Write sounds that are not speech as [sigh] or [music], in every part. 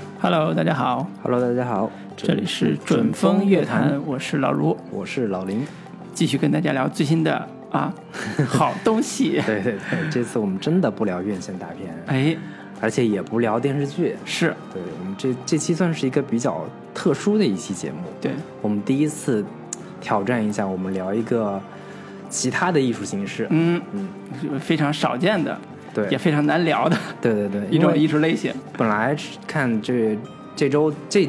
家好， Hello，大家好，这里是准风乐坛，我是老卢，我是老林。继续跟大家聊最新的 [laughs] 啊好东西。对对对， [laughs] 这次我们真的不聊院线大片，哎，而且也不聊电视剧。是对我们这这期算是一个比较特殊的一期节目，对，我们第一次挑战一下，我们聊一个其他的艺术形式。嗯，嗯，非常少见的，对也非常难聊的对对对，一因种为艺术类型。本来看这这周这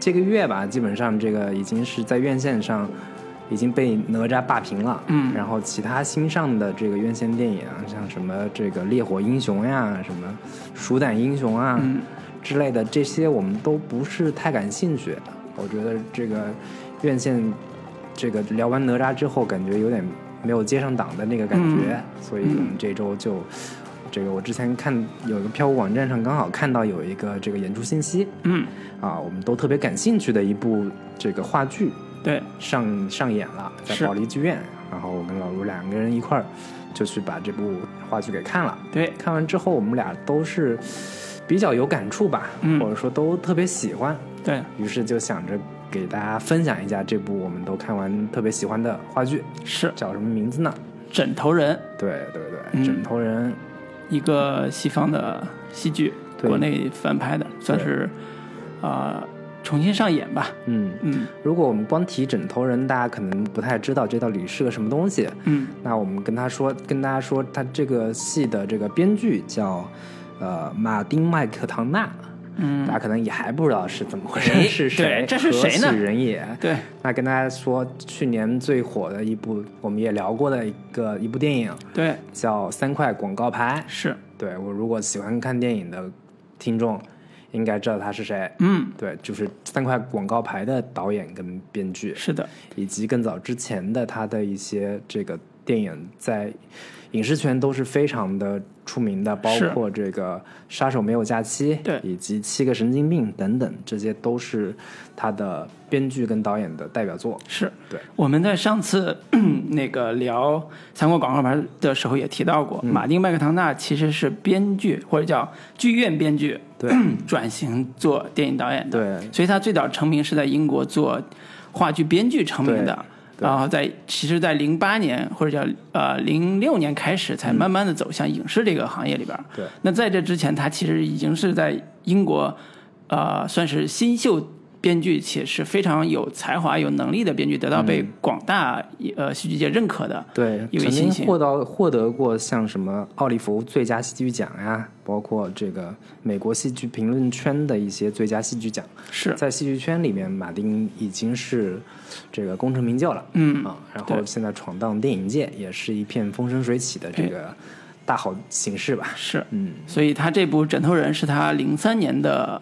这个月吧，基本上这个已经是在院线上已经被哪吒霸屏了。嗯然后其他新上的这个院线电影，啊像什么这个烈火英雄呀，什么鼠胆英雄啊、嗯之类的，这些我们都不是太感兴趣。我觉得这个院线这个聊完哪吒之后，感觉有点没有接上档的那个感嗯觉，所以我们这周就。这个我之前看有一个票务网站上刚好看到有一个这个演出信息嗯，啊，我们都特别感兴趣的一部这个话剧对，上上演了，在是保利剧院，然后我跟老卢两个人一块儿就去把这部话剧给看了。对，看完之后，我们俩都是比较有感触吧，嗯或者说都特别喜欢，对，于是就想着给大家分享一下这部我们都看完特别喜欢的话剧，是叫什么名字呢？枕头人，对对对，嗯枕头人，一个西方的戏剧，对国内翻拍的，算是啊重新上演吧。嗯。嗯如果我们光提枕头人，大家可能不太知道这到底是个什么东西。嗯，那我们跟他说，跟大家说，他这个戏的这个编剧叫呃马丁麦克唐纳，嗯大家可能也还不知道是怎么回哎事，是谁对，这是谁呢何许人也？对，那跟大家说，去年最火的一部，我们也聊过的一个一部电影对，叫《三块广告牌》。是，对我如果喜欢看电影的听众，应该知道他是谁。嗯，对，就是《三块广告牌》的导演跟编剧。是的，以及更早之前的他的一些这个电影在影视圈都是非常的出名的，包是括这个《杀手没有假期》对以及《七个神经病》等等，这些都是他的编剧跟导演的代表作。是。对，我们在上次 [clears throat] 那个聊三国广告牌的时候也提到过，嗯马丁麦克唐纳其实是编剧或者叫剧院编剧，对 [clears throat] 转型做电影导演的，对所以他最早成名是在英国做话剧编剧成名的。对对然后在其实，在零八年或者叫呃零六年开始，才慢慢的走向影视这个行业里边。嗯对，那在这之前，他其实已经是在英国，呃，算是新秀编剧，且是非常有才华、有能力的编剧，得到嗯被广大、呃戏剧界认可的。对，一位曾新经星获到获得过像什么奥利弗最佳戏剧奖呀，包括这个美国戏剧评论圈的一些最佳戏剧奖。是，在戏剧圈里面，马丁已经是这个功成名就了，嗯啊，然后对哎现在闯荡电影界，也是一片风生水起的这个大好形势吧。是，嗯，所以他这部《枕头人》是他零三年的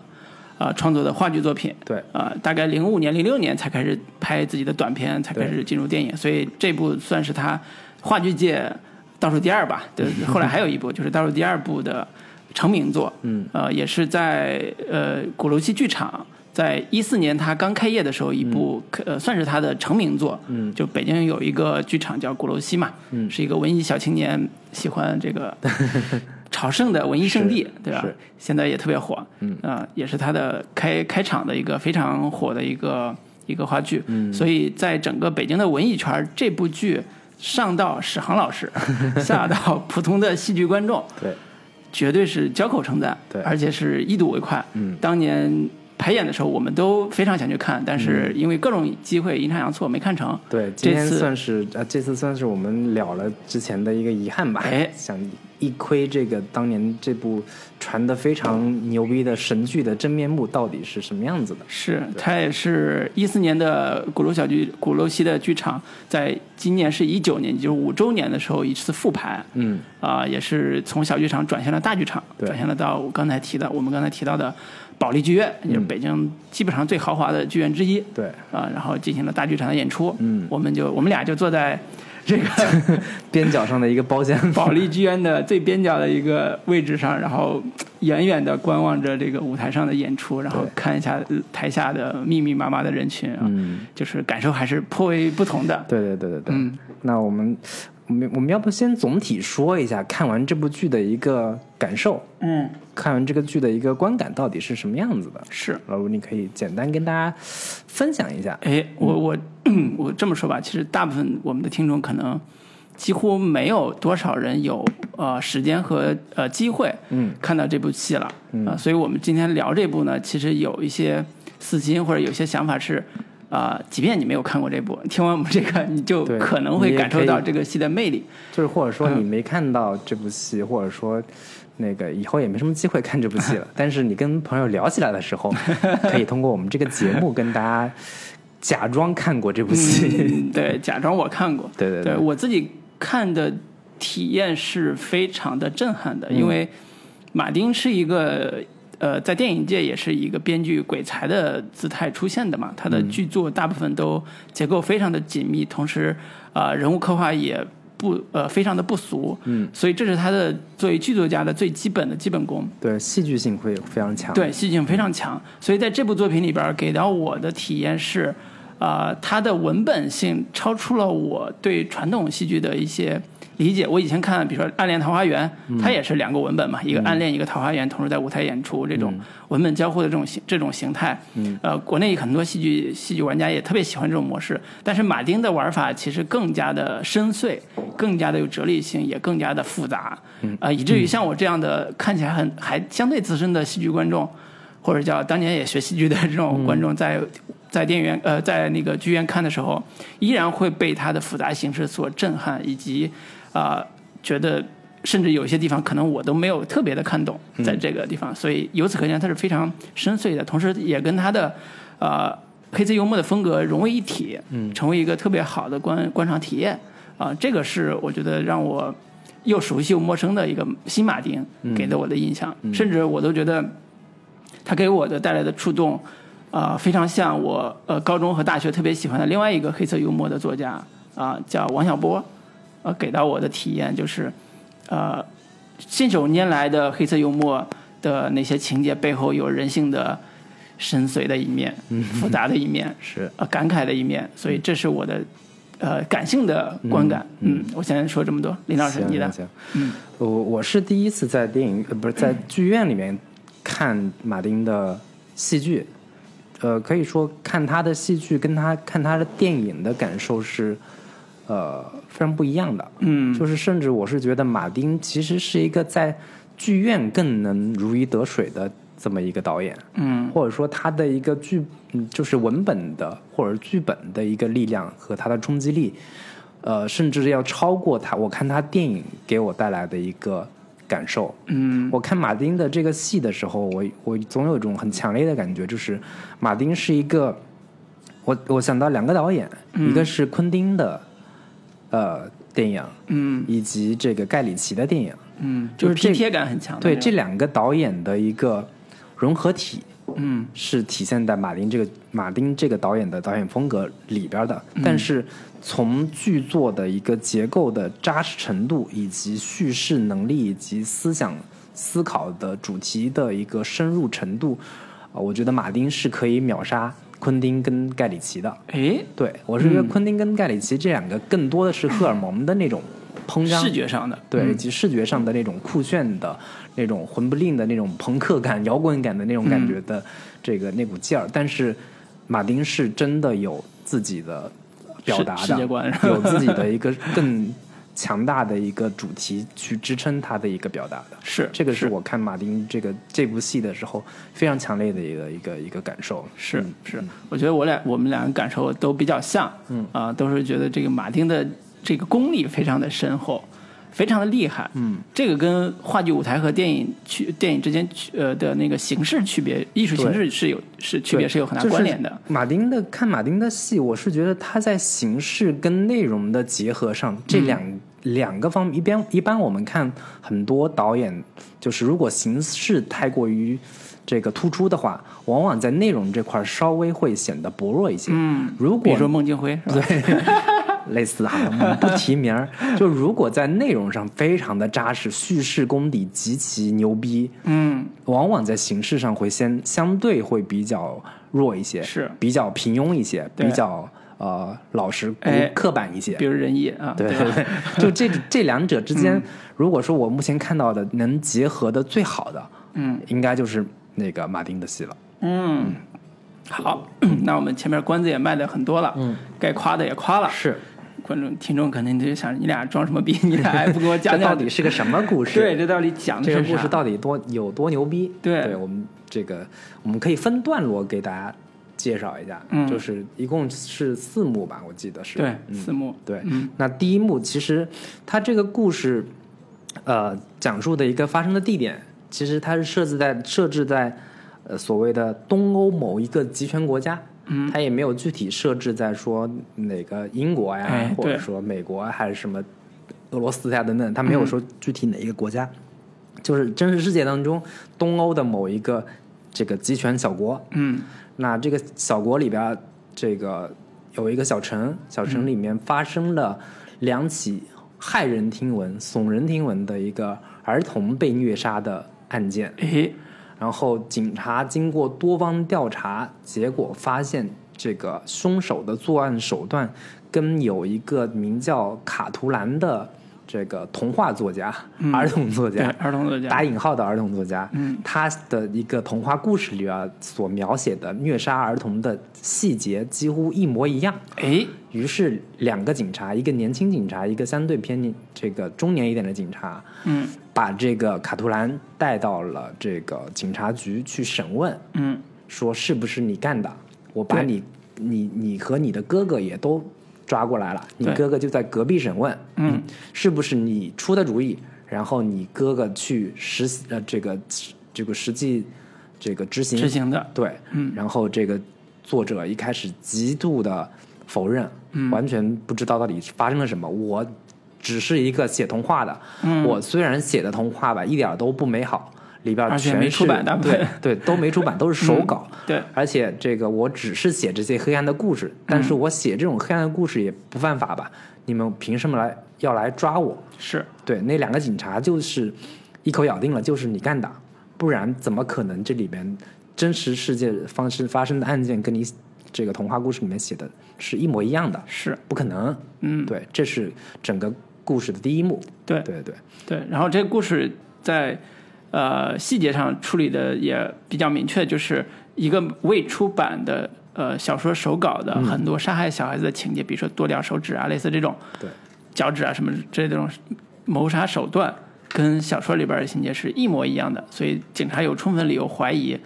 呃创作的话剧作品，对，呃，大概零五年、零六年才开始拍自己的短片，才开始进入电影，所以这部算是他话剧界倒数第二吧。对，后来还有一部就是倒数第二部的成名作，嗯，呃，也是在呃鼓楼西剧场。在一四年他刚开业的时候，一部、呃算是他的成名作，嗯，就北京有一个剧场叫鼓楼西嘛，嗯，是一个文艺小青年喜欢这 [laughs] 个朝圣的文艺圣地是，对吧是？现在也特别火，嗯啊、也是它的开开场的一个非常火的一个一个话剧，嗯，所以在整个北京的文艺圈儿，这部剧上到史航老师，下到普通的戏剧观众，对，绝对是交口称赞，对而且是一睹为快。嗯，当年排演的时候，我们都非常想去看，但是因为各种机会阴差阳错没看成。对，今这天次算是啊，这次算是我们了了之前的一个遗憾吧。哎想一窥这个当年这部传的非常牛逼的神剧的真面目到底是什么样子的。是，它也是一四年的鼓楼小剧鼓楼西的剧场，在今年是一九年，也就是五周年的时候一次复排。嗯，啊、也是从小剧场转向了大剧场，对转向了到我刚才提的我们刚才提到的保利剧院，也就是北京基本上最豪华的剧院之一。嗯对，啊、然后进行了大剧场的演出。嗯我们就我们俩就坐在这个 [laughs] 边角上的一个包厢。 [laughs] 保利剧院的最边角的一个位置上，然后远远的观望着这个舞台上的演出，然后对看一下呃台下的密密麻麻的人群啊，就是感受还是颇为不同的。对对对对对。嗯那我们我们我们要不先总体说一下看完这部剧的一个感受，嗯，看完这个剧的一个观感到底是什么样子的？是。老卢，你可以简单跟大家分享一下。哎，我我我这么说吧，其实大部分我们的听众可能几乎没有多少人有呃时间和呃机会，嗯，看到这部戏了，嗯、所以我们今天聊这部呢，其实有一些私心或者有些想法是。啊、即便你没有看过这部，听完我们这个，你就对可能会你也感受可以到这个戏的魅力。就是或者说嗯你没看到这部戏，或者说那个以后也没什么机会看这部戏 [laughs] 了，但是你跟朋友聊起来的时候，可以通过我们这个节目跟大家假装看过这部戏。嗯，对，假装我看过。 [laughs] 对对对对我自己看的体验是非常的震撼的，因为马丁是一个呃，在电影界也是一个编剧鬼才的姿态出现的嘛，他的剧作大部分都结构非常的紧密，同时呃，人物刻画也。不，呃，非常的不俗，嗯，所以这是他的作为剧作家的最基本的基本功。对，戏剧性会非常强。对，戏剧性非常强。所以在这部作品里边儿，给到我的体验是，呃，它的文本性超出了我对传统戏剧的一些理解。我以前看，比如说《暗恋桃花源》，它也是两个文本嘛，一个暗恋，一个桃花源，同时在舞台演出，这种文本交互的这种形这种形态。呃，国内很多戏剧戏剧玩家也特别喜欢这种模式，但是马丁的玩法其实更加的深邃，更加的有哲理性，也更加的复杂，呃，以至于像我这样的看起来很还相对资深的戏剧观众，或者叫当年也学戏剧的这种观众在，在、电影院呃在那个剧院看的时候，依然会被它的复杂形式所震撼，以及啊、呃觉得甚至有些地方可能我都没有特别的看懂，在这个地方，所以由此可见它是非常深邃的，同时也跟它的呃黑色幽默的风格融为一体，嗯，成为一个特别好的观观赏体验啊、这个是我觉得让我。又熟悉又陌生的一个新马丁给的我的印象，甚至我都觉得他给我的带来的触动，啊、非常像我呃高中和大学特别喜欢的另外一个黑色幽默的作家啊、叫王小波，呃，给到我的体验就是，呃，信手拈来的黑色幽默的那些情节背后有人性的深邃的一面，复杂的一面，是呃感慨的一面，所嗯以这是我的呃感性的观感。嗯，我先说这么多，林老师行你的嗯行，行我我是第一次在电影呃不是在剧院里面看马丁的戏剧，呃，可以说看他的戏剧跟他看他的电影的感受是呃非常不一样的，嗯就是甚至我是觉得马丁其实是一个在剧院更能如鱼得水的这么一个导演，嗯或者说他的一个剧，嗯就是文本的或者剧本的一个力量和他的冲击力，呃，甚至要超过他。我看他电影给我带来的一个感受。嗯我看马丁的这个戏的时候，我我总有一种很强烈的感觉，就是马丁是一个，我我想到两个导演，嗯一个是昆汀的，呃，电影，嗯以及这个盖里奇的电影。嗯，就是这拼贴感很强啊的那种。对这两个导演的一个融合体，嗯是体现在马丁这个马丁这个导演的导演风格里边的，嗯但是从剧作的一个结构的扎实程度，以及叙事能力，以及思想思考的主题的一个深入程度，啊、我觉得马丁是可以秒杀昆汀跟盖里奇的。哎，对我是觉得昆汀跟盖里奇这两个更多的是荷尔蒙的那种膨胀，视觉上的，对，以及视觉上的那种酷炫的、那种魂不吝的那种朋克感、摇滚感的那种嗯感觉的这个那股劲儿。但是马丁是真的有自己的表达世世的界观 [laughs] 是吧有自己的一个更强大的一个主题去支撑他的一个表达的。是这个是我看马丁这个这部戏的时候非常强烈的一个一个一个感受。嗯是是，我觉得我俩我们两个感受都比较像，嗯啊、都是觉得这个马丁的这个功力非常的深厚，非常的厉害，嗯，这个跟话剧舞台和电影区电影之间区呃的那个形式区别，艺术形式是有是区别对是有很大关联的，。就是、马丁的看马丁的戏，我是觉得他在形式跟内容的结合上，这嗯两、两个方面，一边一般我们看很多导演，就是如果形式太过于这个突出的话，往往在内容这块儿稍微会显得薄弱一些。嗯，如比果如说孟京辉是吧？类似哈，我们不提名 [laughs] 儿。就如果在内容上非常的扎实，叙事功底极其牛逼，嗯，往往在形式上会先相对会比较弱一些，是比较平庸一些，对比较呃老实、哎刻板一些比。如嗯仁义啊，对吧？对， [laughs] 就这这两者之间，如果说我目前看到的能结合的最好的，嗯，应该就是那个马丁的戏了。嗯，好， [clears throat] 那我们前面关子也卖的很多了，嗯，该夸的也夸了，是，观众听众肯定就想你俩装什么逼，你俩还不给我这讲讲到底 [laughs] 是个什么故事？对，这到底讲的这是个啥？故事到底多有多牛逼？对我们这个我们可以分段落给大家介绍一下，嗯就是一共是四幕吧，我记得是。对嗯、四幕，对，嗯那第一幕其实它这个故事，呃，讲述的一个发生的地点，其实它是设置在设置在呃所谓的东欧某一个集权国家。嗯它也没有具体设置在说哪个英国呀，哎或者对说美国还是什么俄罗斯呀等等，它没有嗯说具体哪一个国家，就是真实世界当中东欧的某一个这个集权小国，嗯那这个小国里边儿，这个有一个小城，小城里面发生了两起骇人听闻、耸人听闻的一个儿童被虐杀的案件。诶，然后警察经过多方调查，结果发现这个凶手的作案手段跟有一个名叫卡图兰的这个童话作家、嗯儿童作对家儿童作家打引号的儿童作家，嗯他的一个童话故事里边所描写的虐杀儿童的细节几乎一模一样。诶，于是，两个警察，一个年轻警察，一个相对偏年这个中年一点的警察，嗯把这个卡图兰带到了这个警察局去审问，嗯说是不是你干的？我把对你、你、你和你的哥哥也都抓过来了，你对哥哥就在隔壁审问，嗯，是不是你出的主意？然后你哥哥去实呃这个这个实际这个执行执行的，对，嗯然后这个作者一开始极度的否认，嗯完全不知道到底发生了什么。我只是一个写童话的，嗯我虽然写的童话吧，一点儿都不美好，里边儿而且全没出是版大嗯部对分对，都没出版，都是手稿。对，而且这个我只是写这些黑暗的故事，但嗯是我写这种黑暗的故事也不犯法吧？你们凭什么来要来抓我？是，对，那两个警察就是一口咬定了，就是你干的，不然怎么可能这里面真实世界方式发生的案件跟你这个童话故事里面写的是一模一样的？是，不可能。嗯，对，这是整个故事的第一幕。对对对，对，然后这个故事在呃细节上处理的也比较明确，就是一个未出版的呃小说手稿的嗯很多杀害小孩子的情节，比如说剁掉手指啊，类似这种，对，脚趾啊什么之类的这种谋杀手段，跟小说里边的情节是一模一样的，所以警察有充分理由怀疑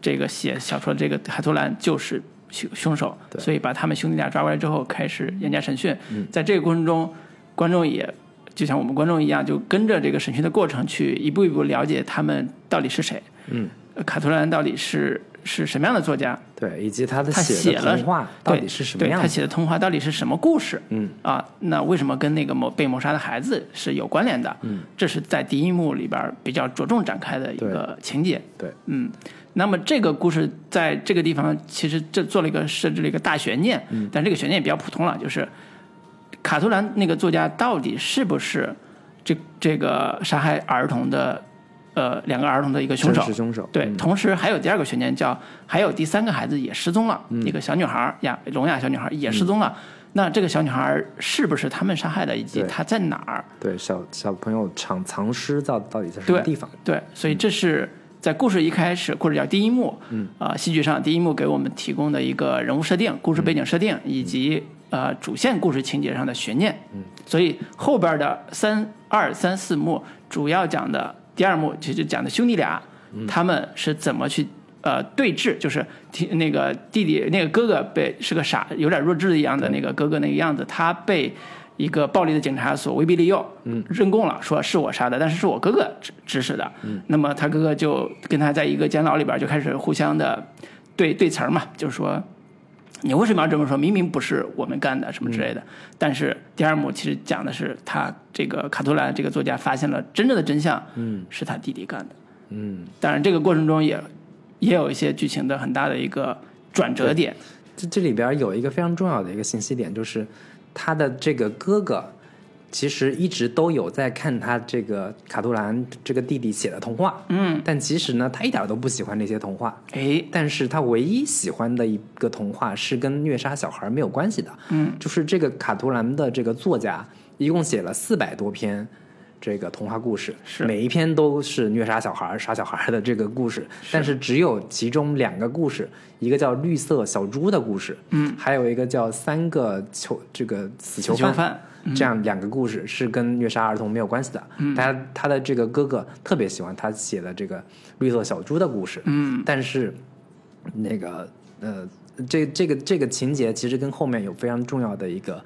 这个写小说这个海托兰就是凶凶手，对嗯所以把他们兄弟俩抓过来之后开始严加审讯，在这个过程中，观众也就像我们观众一样，就跟着这个审讯的过程去一步一步了解他们到底是谁，嗯，呃卡托兰到底是是什么样的作家，对，以及他的他写写的了童话到底是什么对对样他子？写的童话到底是什么故事？嗯啊，那为什么跟那个谋被谋杀的孩子是有关联的？嗯，这是在第一幕里边比较着重展开的一个情节。对，嗯，那么这个故事在这个地方其实这做了一个设置了一个大悬念，但这个悬念也比较普通了，就是卡图兰那个作家到底是不是这这个杀害儿童的呃两个儿童的一个凶手？真实凶手。对，同时还有第二个悬念叫，还有第三个孩子也失踪了，一个小女孩儿呀，聋哑小女孩儿也失踪了。那这个小女孩儿是不是他们杀害的，以及对她在哪儿？对，小小朋友藏藏尸到到底在什么对地方？对，所以这是在故事一开始，或者叫第一幕，嗯，呃，戏剧上第一幕给我们提供的一个人物设定、故事背景设定，以及呃主线故事情节上的悬念。嗯，所以后边的三二三四幕主要讲的第二幕，其实讲的兄弟俩、他们是怎么去。呃，对峙就是提那个弟弟，那个哥哥被是个傻，有点弱智一样的那个哥哥那个样子，他被一个暴力的警察所威逼利诱，嗯，认供了，说是我杀的，但是是我哥哥指指使的。嗯，那么他哥哥就跟他在一个监牢里边就开始互相的对对词儿嘛，就是说你为什么要这么说？明明不是我们干的什么之类的。但是第二幕其实讲的是他这个卡图兰这个作家发现了真正的真相，嗯，是他弟弟干的。嗯，当然这个过程中也也有一些剧情的很大的一个转折点，这这里边有一个非常重要的一个信息点，就是他的这个哥哥其实一直都有在看他这个卡图兰这个弟弟写的童话，嗯，但其实呢，他一点儿都不喜欢这些童话。哎，但是他唯一喜欢的一个童话是跟虐杀小孩没有关系的，嗯，就是这个卡图兰的这个作家一共写了四百多篇这个童话故事，是每一篇都是虐杀小孩、杀小孩的这个故事，但是只有其中两个故事，一个叫绿色小猪的故事，嗯，还有一个叫三个囚这个死囚囚犯。犯，这样两个故事是跟虐杀儿童没有关系的，嗯他他的这个哥哥特别喜欢他写的这个绿色小猪的故事，嗯，但是那个呃，这这个这个情节其实跟后面有非常重要的一个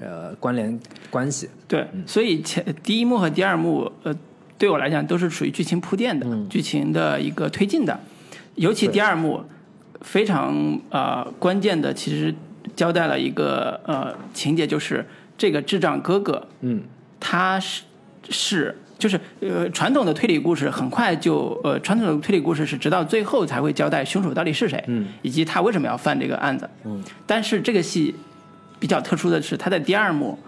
呃关联关系。对，所以前第一幕和第二幕，呃，对我来讲都是属于剧情铺垫的，嗯剧情的一个推进的。尤其第二幕非常呃关键的，其实交代了一个呃情节，就是这个智障哥哥嗯，他是是就是呃传统的推理故事很快就呃传统的推理故事是直到最后才会交代凶手到底是谁，嗯，以及他为什么要犯这个案子，嗯，但是这个戏比较特殊的是，他在第二幕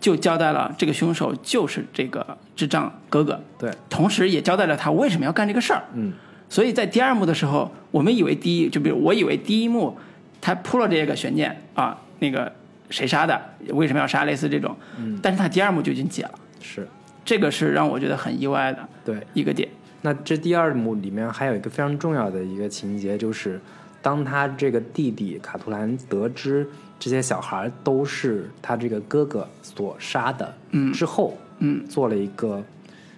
就交代了这个凶手就是这个智障哥哥，对，同时也交代了他为什么要干这个事儿，嗯，所以在第二幕的时候，我们以为第一，就比如我以为第一幕他铺了这个悬念啊，那个谁杀的，为什么要杀，类似这种，嗯，但是他第二幕就已经解了，是这个是让我觉得很意外的对。一个点。那这第二幕里面还有一个非常重要的一个情节，就是当他这个弟弟卡图兰得知这些小孩都是他这个哥哥所杀的，嗯，之后，嗯，做了一个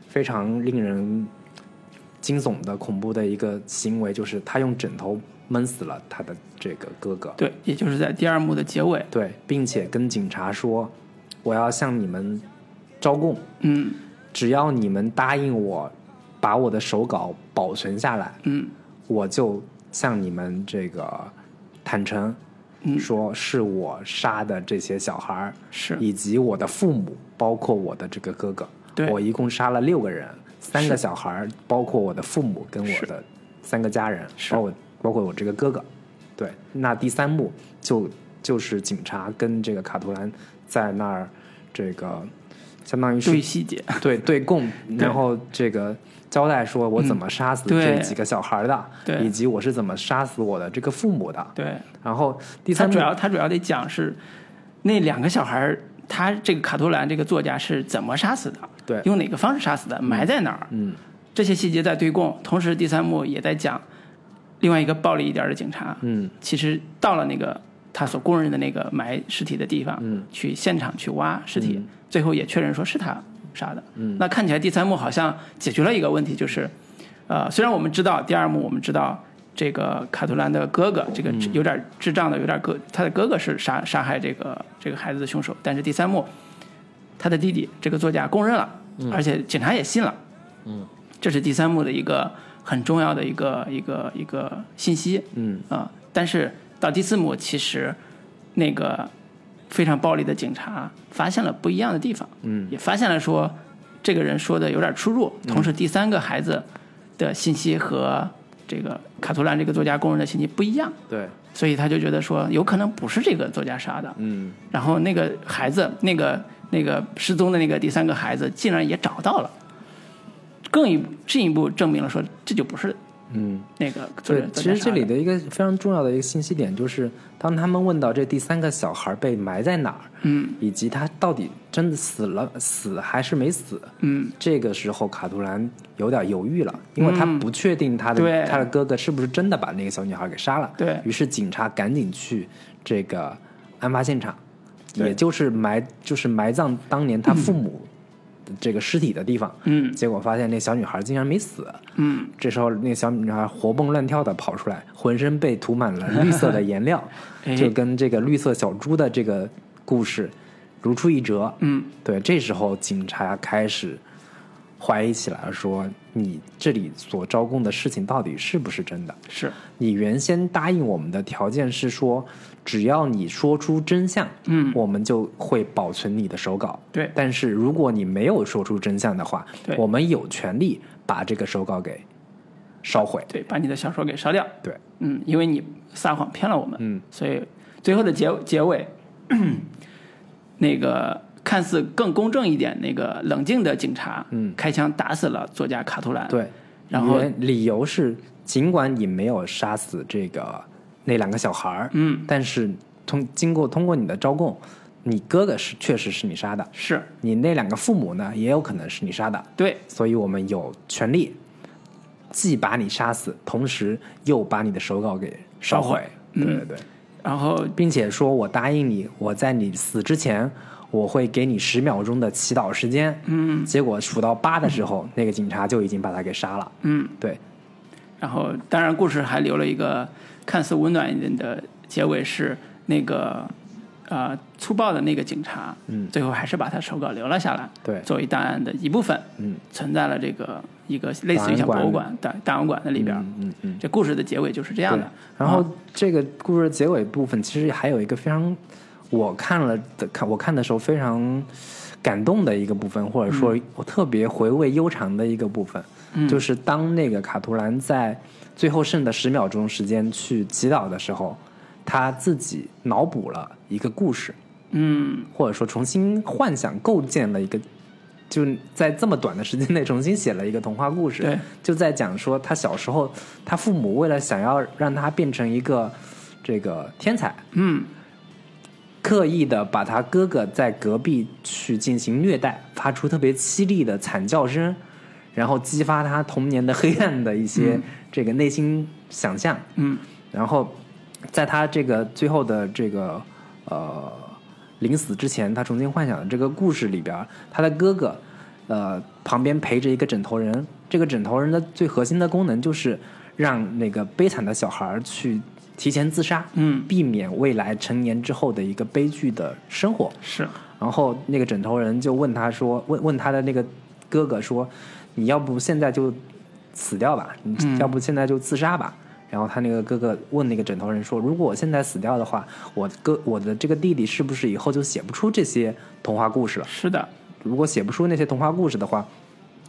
非常令人惊悚的、恐怖的一个行为，就是他用枕头闷死了他的这个哥哥，对，也就是在第二幕的结尾，对，并且跟警察说，我要向你们招供，嗯只要你们答应我，把我的手稿保存下来，嗯我就向你们这个坦诚，嗯，说是我杀的这些小孩儿，是以及我的父母，包括我的这个哥哥，对我一共杀了六个人，三个小孩儿，包括我的父母跟我是的三个家人，是包括包括我这个哥哥。对，那第三幕就就是警察跟这个卡图兰在那儿这个。相当于是注意细节，对对供，然后这个交代说我怎么杀死嗯对这几个小孩的，对以及我是怎么杀死我的这个父母的。对。然后第他三主幕，要他主要得讲是那两个小孩儿，他这个卡图兰这个作家是怎么杀死的，对用哪个方式杀死的，埋在哪儿，嗯，这些细节在对供。同时，第三幕也在讲另外一个暴力一点儿的警察，嗯，其实到了那个他所公认的那个埋尸体的地方，嗯，去现场去挖尸体，最后也确认说是他杀的。嗯，那看起来第三幕好像解决了一个问题，就是，呃，虽然我们知道第二幕我们知道这个卡图兰的哥哥，这个智嗯有点智障的，有点哥，他的哥哥是杀杀害这个这个孩子的凶手，但是第三幕他的弟弟这个作家供认了，嗯而且警察也信了。这是第三幕的一个很重要的一个一个一个信息，嗯啊、但是到第四幕，其实那个非常暴力的警察发现了不一样的地方，嗯，也发现了说这个人说的有点出入，同时第三个孩子的信息和这个卡图兰这个作家供认的信息不一样，对，所以他就觉得说有可能不是这个作家杀的，嗯，然后那个孩子，那个那个失踪的那个第三个孩子，竟然也找到了，更一进一步证明了说这就不是，嗯，那个作对者。其实这里的的一个非常重要的一个信息点就是，当他们问到这第三个小孩被埋在哪儿，嗯以及他到底真的死了死还是没死，嗯这个时候卡图兰有点犹豫了，因为他不确定他的、嗯对他的哥哥是不是真的把那个小女孩给杀了。对于是警察赶紧去这个案发现场，对也就是埋就是埋葬当年他父母的这个尸体的地方。嗯结果发现那小女孩竟然没死，嗯，这时候那小女孩活蹦乱跳的跑出来，浑身被涂满了绿色的颜料 [laughs] 哎，就跟这个绿色小猪的这个故事如出一辙。嗯，对，这时候警察开始怀疑起来，说你这里所招供的事情到底是不是真的？是你原先答应我们的条件是说，只要你说出真相，嗯我们就会保存你的手稿。对但是如果你没有说出真相的话对，我们有权利把这个手稿给烧毁。对，把你的小说给烧掉，对，嗯，因为你撒谎骗了我们，嗯， [clears throat] 所以最后的结结尾，那个看看似更公正一点那个冷静的警察，嗯，开枪打死了作家卡图兰。对，然后原理由是，尽管你没有杀死这个那两个小孩儿，嗯，但是通经过通过你的招供，你哥哥是确实是你杀的，是你那两个父母呢也有可能是你杀的，对，所以我们有权利既把你杀死，同时又把你的手稿给烧烧毁毁。嗯对对对，然后并且说我答应你，我在你死之前，我会给你十秒钟的祈祷时间。嗯，结果数到八的时候，那个警察就已经把他给杀了。嗯，对，然后，当然，故事还留了一个看似温暖一点的结尾是那个呃粗暴的那个警察，嗯最后还是把他手稿留了下来，对作为档案的一部分，嗯，存在了这个一个类似于像博物馆、档档案馆的里边，嗯嗯嗯这故事的结尾就是这样对的。然后这个故事结尾部分，其实还有一个非常，我看了的看我看的时候非常感动的一个部分，或者说我特别回味悠长的一个部分，就是当那个卡图兰在最后剩的十秒钟时间去祈祷的时候，他自己脑补了一个故事，嗯，或者说重新幻想构建了一个，就在这么短的时间内重新写了一个童话故事。对，就在讲说他小时候，他父母为了想要让他变成一个这个天才，嗯，刻意的把他哥哥在隔壁去进行虐待，发出特别凄厉的惨叫声，然后激发他童年的黑暗的一些这个内心想象。嗯，然后在他这个最后的这个呃临死之前，他重新幻想的这个故事里边儿，他的哥哥呃旁边陪着一个枕头人，这个枕头人的最核心的功能就是让那个悲惨的小孩儿去提前自杀，嗯避免未来成年之后的一个悲剧的生活。是，然后那个枕头人就问他说，问问他的那个哥哥说，你要不现在就死掉吧，你嗯要不现在就自杀吧。然后他那个哥哥问那个枕头人说，如果我现在死掉的话，我哥我的这个弟弟是不是以后就写不出这些童话故事了？是的，如果写不出那些童话故事的话，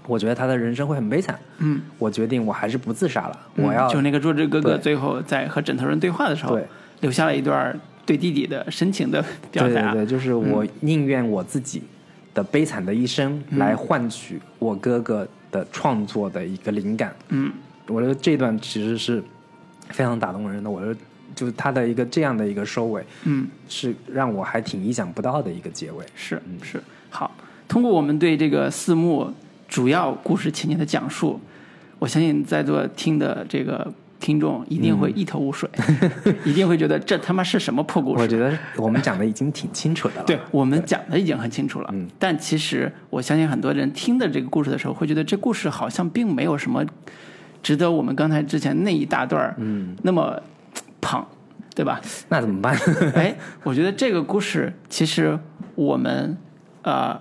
我觉得他的人生会很悲惨。嗯，我决定我还是不自杀了，嗯我要就那个弱智哥哥对最后在和枕头人对话的时候对，留下了一段对弟弟的深情的表达，对对对，就是嗯我宁愿我自己的悲惨的一生嗯来换取我哥哥的创作的一个灵感。嗯，我觉得这段其实是非常打动人的。我觉得就是他的一个这样的一个收尾，嗯。是让我还挺意想不到的一个结尾。是是，好。通过我们对这个四幕主要故事情节的讲述，我相信在座听的这个听众一定会一头雾水， [laughs] 一定会觉得这他妈是什么破故我事？觉得我们讲的已经挺清楚的了。对我们讲的已经很清楚了，但其实我相信很多人听的这个故事的时候，会觉得这故事好像并没有什么值得我们刚才之前那一大段儿那么捧，对吧？那怎么办？ [laughs] [laughs] 哎，我觉得这个故事其实我们呃，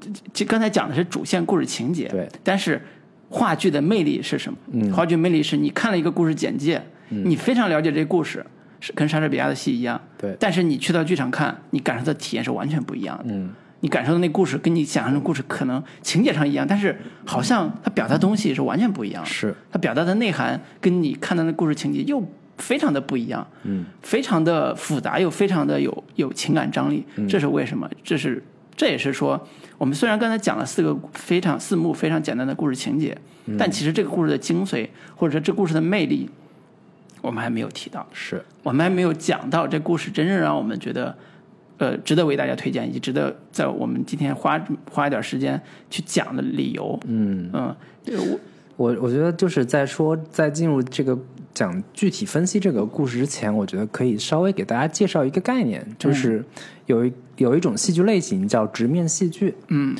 这这刚才讲的是主线故事情节，对，但是话剧的魅力是什么？话剧魅力是你看了一个故事简介，你非常了解这故事，是跟莎士比亚的戏一样，对但是你去到剧场看，你感受的体验是完全不一样的，嗯。你感受的那故事跟你想象中的故事可能情节上一样，但是好像它表达东西是完全不一样的。是它表达的内涵跟你看到的故事情节又非常的不一样，嗯，非常的复杂又非常的有有情感张力，这是为什么？这是这也是说，我们虽然刚才讲了四个非常四幕非常简单的故事情节，但其实这个故事的精髓或者说这故事的魅力，我们还没有提到，是，我们还没有讲到这故事真正让我们觉得。呃，值得为大家推荐，以及值得在我们今天花花一点时间去讲的理由。嗯嗯，对我我我觉得就是在说，在进入这个讲具体分析这个故事之前，我觉得可以稍微给大家介绍一个概念，就是有一有一种戏剧类型叫直面戏剧。嗯，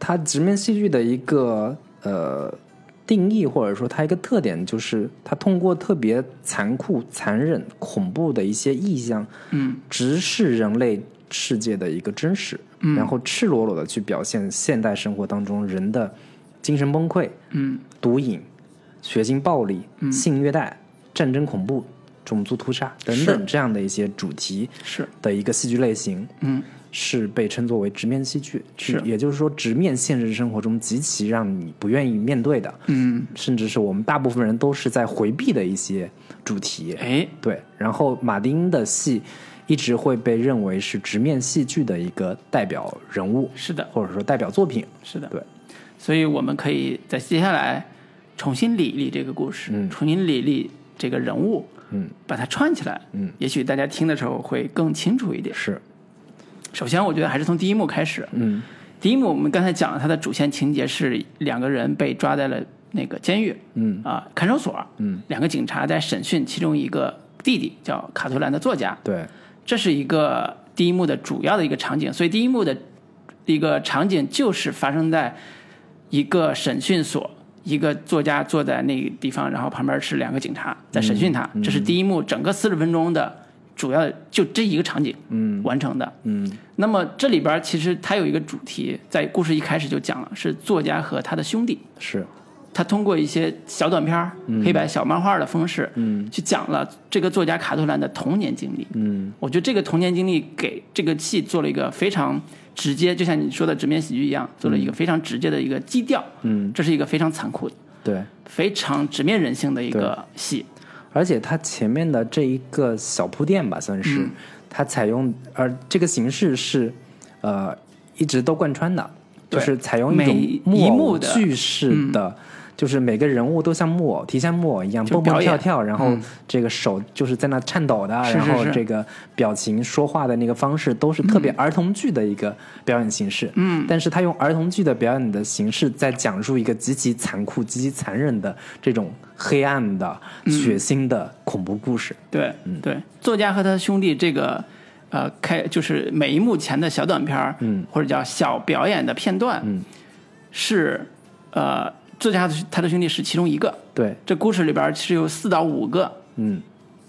它直面戏剧的一个呃定义或者说它一个特点就是它通过特别残酷、残忍、恐怖的一些意象，嗯，直视人类世界的一个真实，嗯、然后赤裸裸的去表现现代生活当中人的精神崩溃，嗯，毒瘾、血腥暴力、性虐待、战争恐怖、种族屠杀等等这样的一些主题是的一个戏剧类型，嗯，是被称作为直面戏剧，是也就是说直面现实生活中极其让你不愿意面对的，嗯，甚至是我们大部分人都是在回避的一些主题，哎，对，然后马丁的戏一直会被认为是直面戏剧的一个代表人物，是的，或者说代表作品。是的，对，所以我们可以在接下来重新理一理这个故事，嗯重新理一理这个人物，嗯，把它串起来，嗯，也许大家听的时候会更清楚一点。是，首先，我觉得还是从第一幕开始。嗯第一幕我们刚才讲了，它的主线情节是两个人被抓在了那个监狱，嗯啊、看守所，嗯，两个警察在审讯其中一个弟弟，叫卡图兰的作家，对，这是一个第一幕的主要的一个场景，所以第一幕的一个场景就是发生在一个审讯所，一个作家坐在那个地方，然后旁边是两个警察在审讯他，这是第一幕整个四十分钟的主要就这一个场景，嗯，完成的。嗯那么这里边其实它有一个主题，在故事一开始就讲了，是作家和他的兄弟，是，他通过一些小短片儿、黑白小漫画的方式，嗯去讲了这个作家卡特兰的童年经历。嗯我觉得这个童年经历给这个戏做了一个非常直接，就像你说的直面喜剧一样，做了一个非常直接的一个基调。嗯，这是一个非常残酷的、对。非常直面人性的一个戏。而且它前面的这一个小铺垫吧，算嗯是、它采用，而这个形式是，呃，一直都贯穿的，就对是采用每一一种木偶幕的嗯句式的，就是每个人物都像木偶，提线木偶一样就是蹦蹦表跳演跳，然后这个手就是在那颤抖的，嗯是然是后是嗯这个表情、说话的那个方式都是特别儿童剧的一个表演形式。嗯，但是他用儿童剧的表演的形式，在讲述一个极其残酷、极其残忍的这种黑暗的、嗯血腥的恐怖故事。对、嗯对，作家和他兄弟这个。呃，开就是每一幕前的小短片儿，嗯，或者叫小表演的片段，嗯，是呃，作家和他的兄弟是其中一个。对，这故事里边儿其实有四到五个嗯，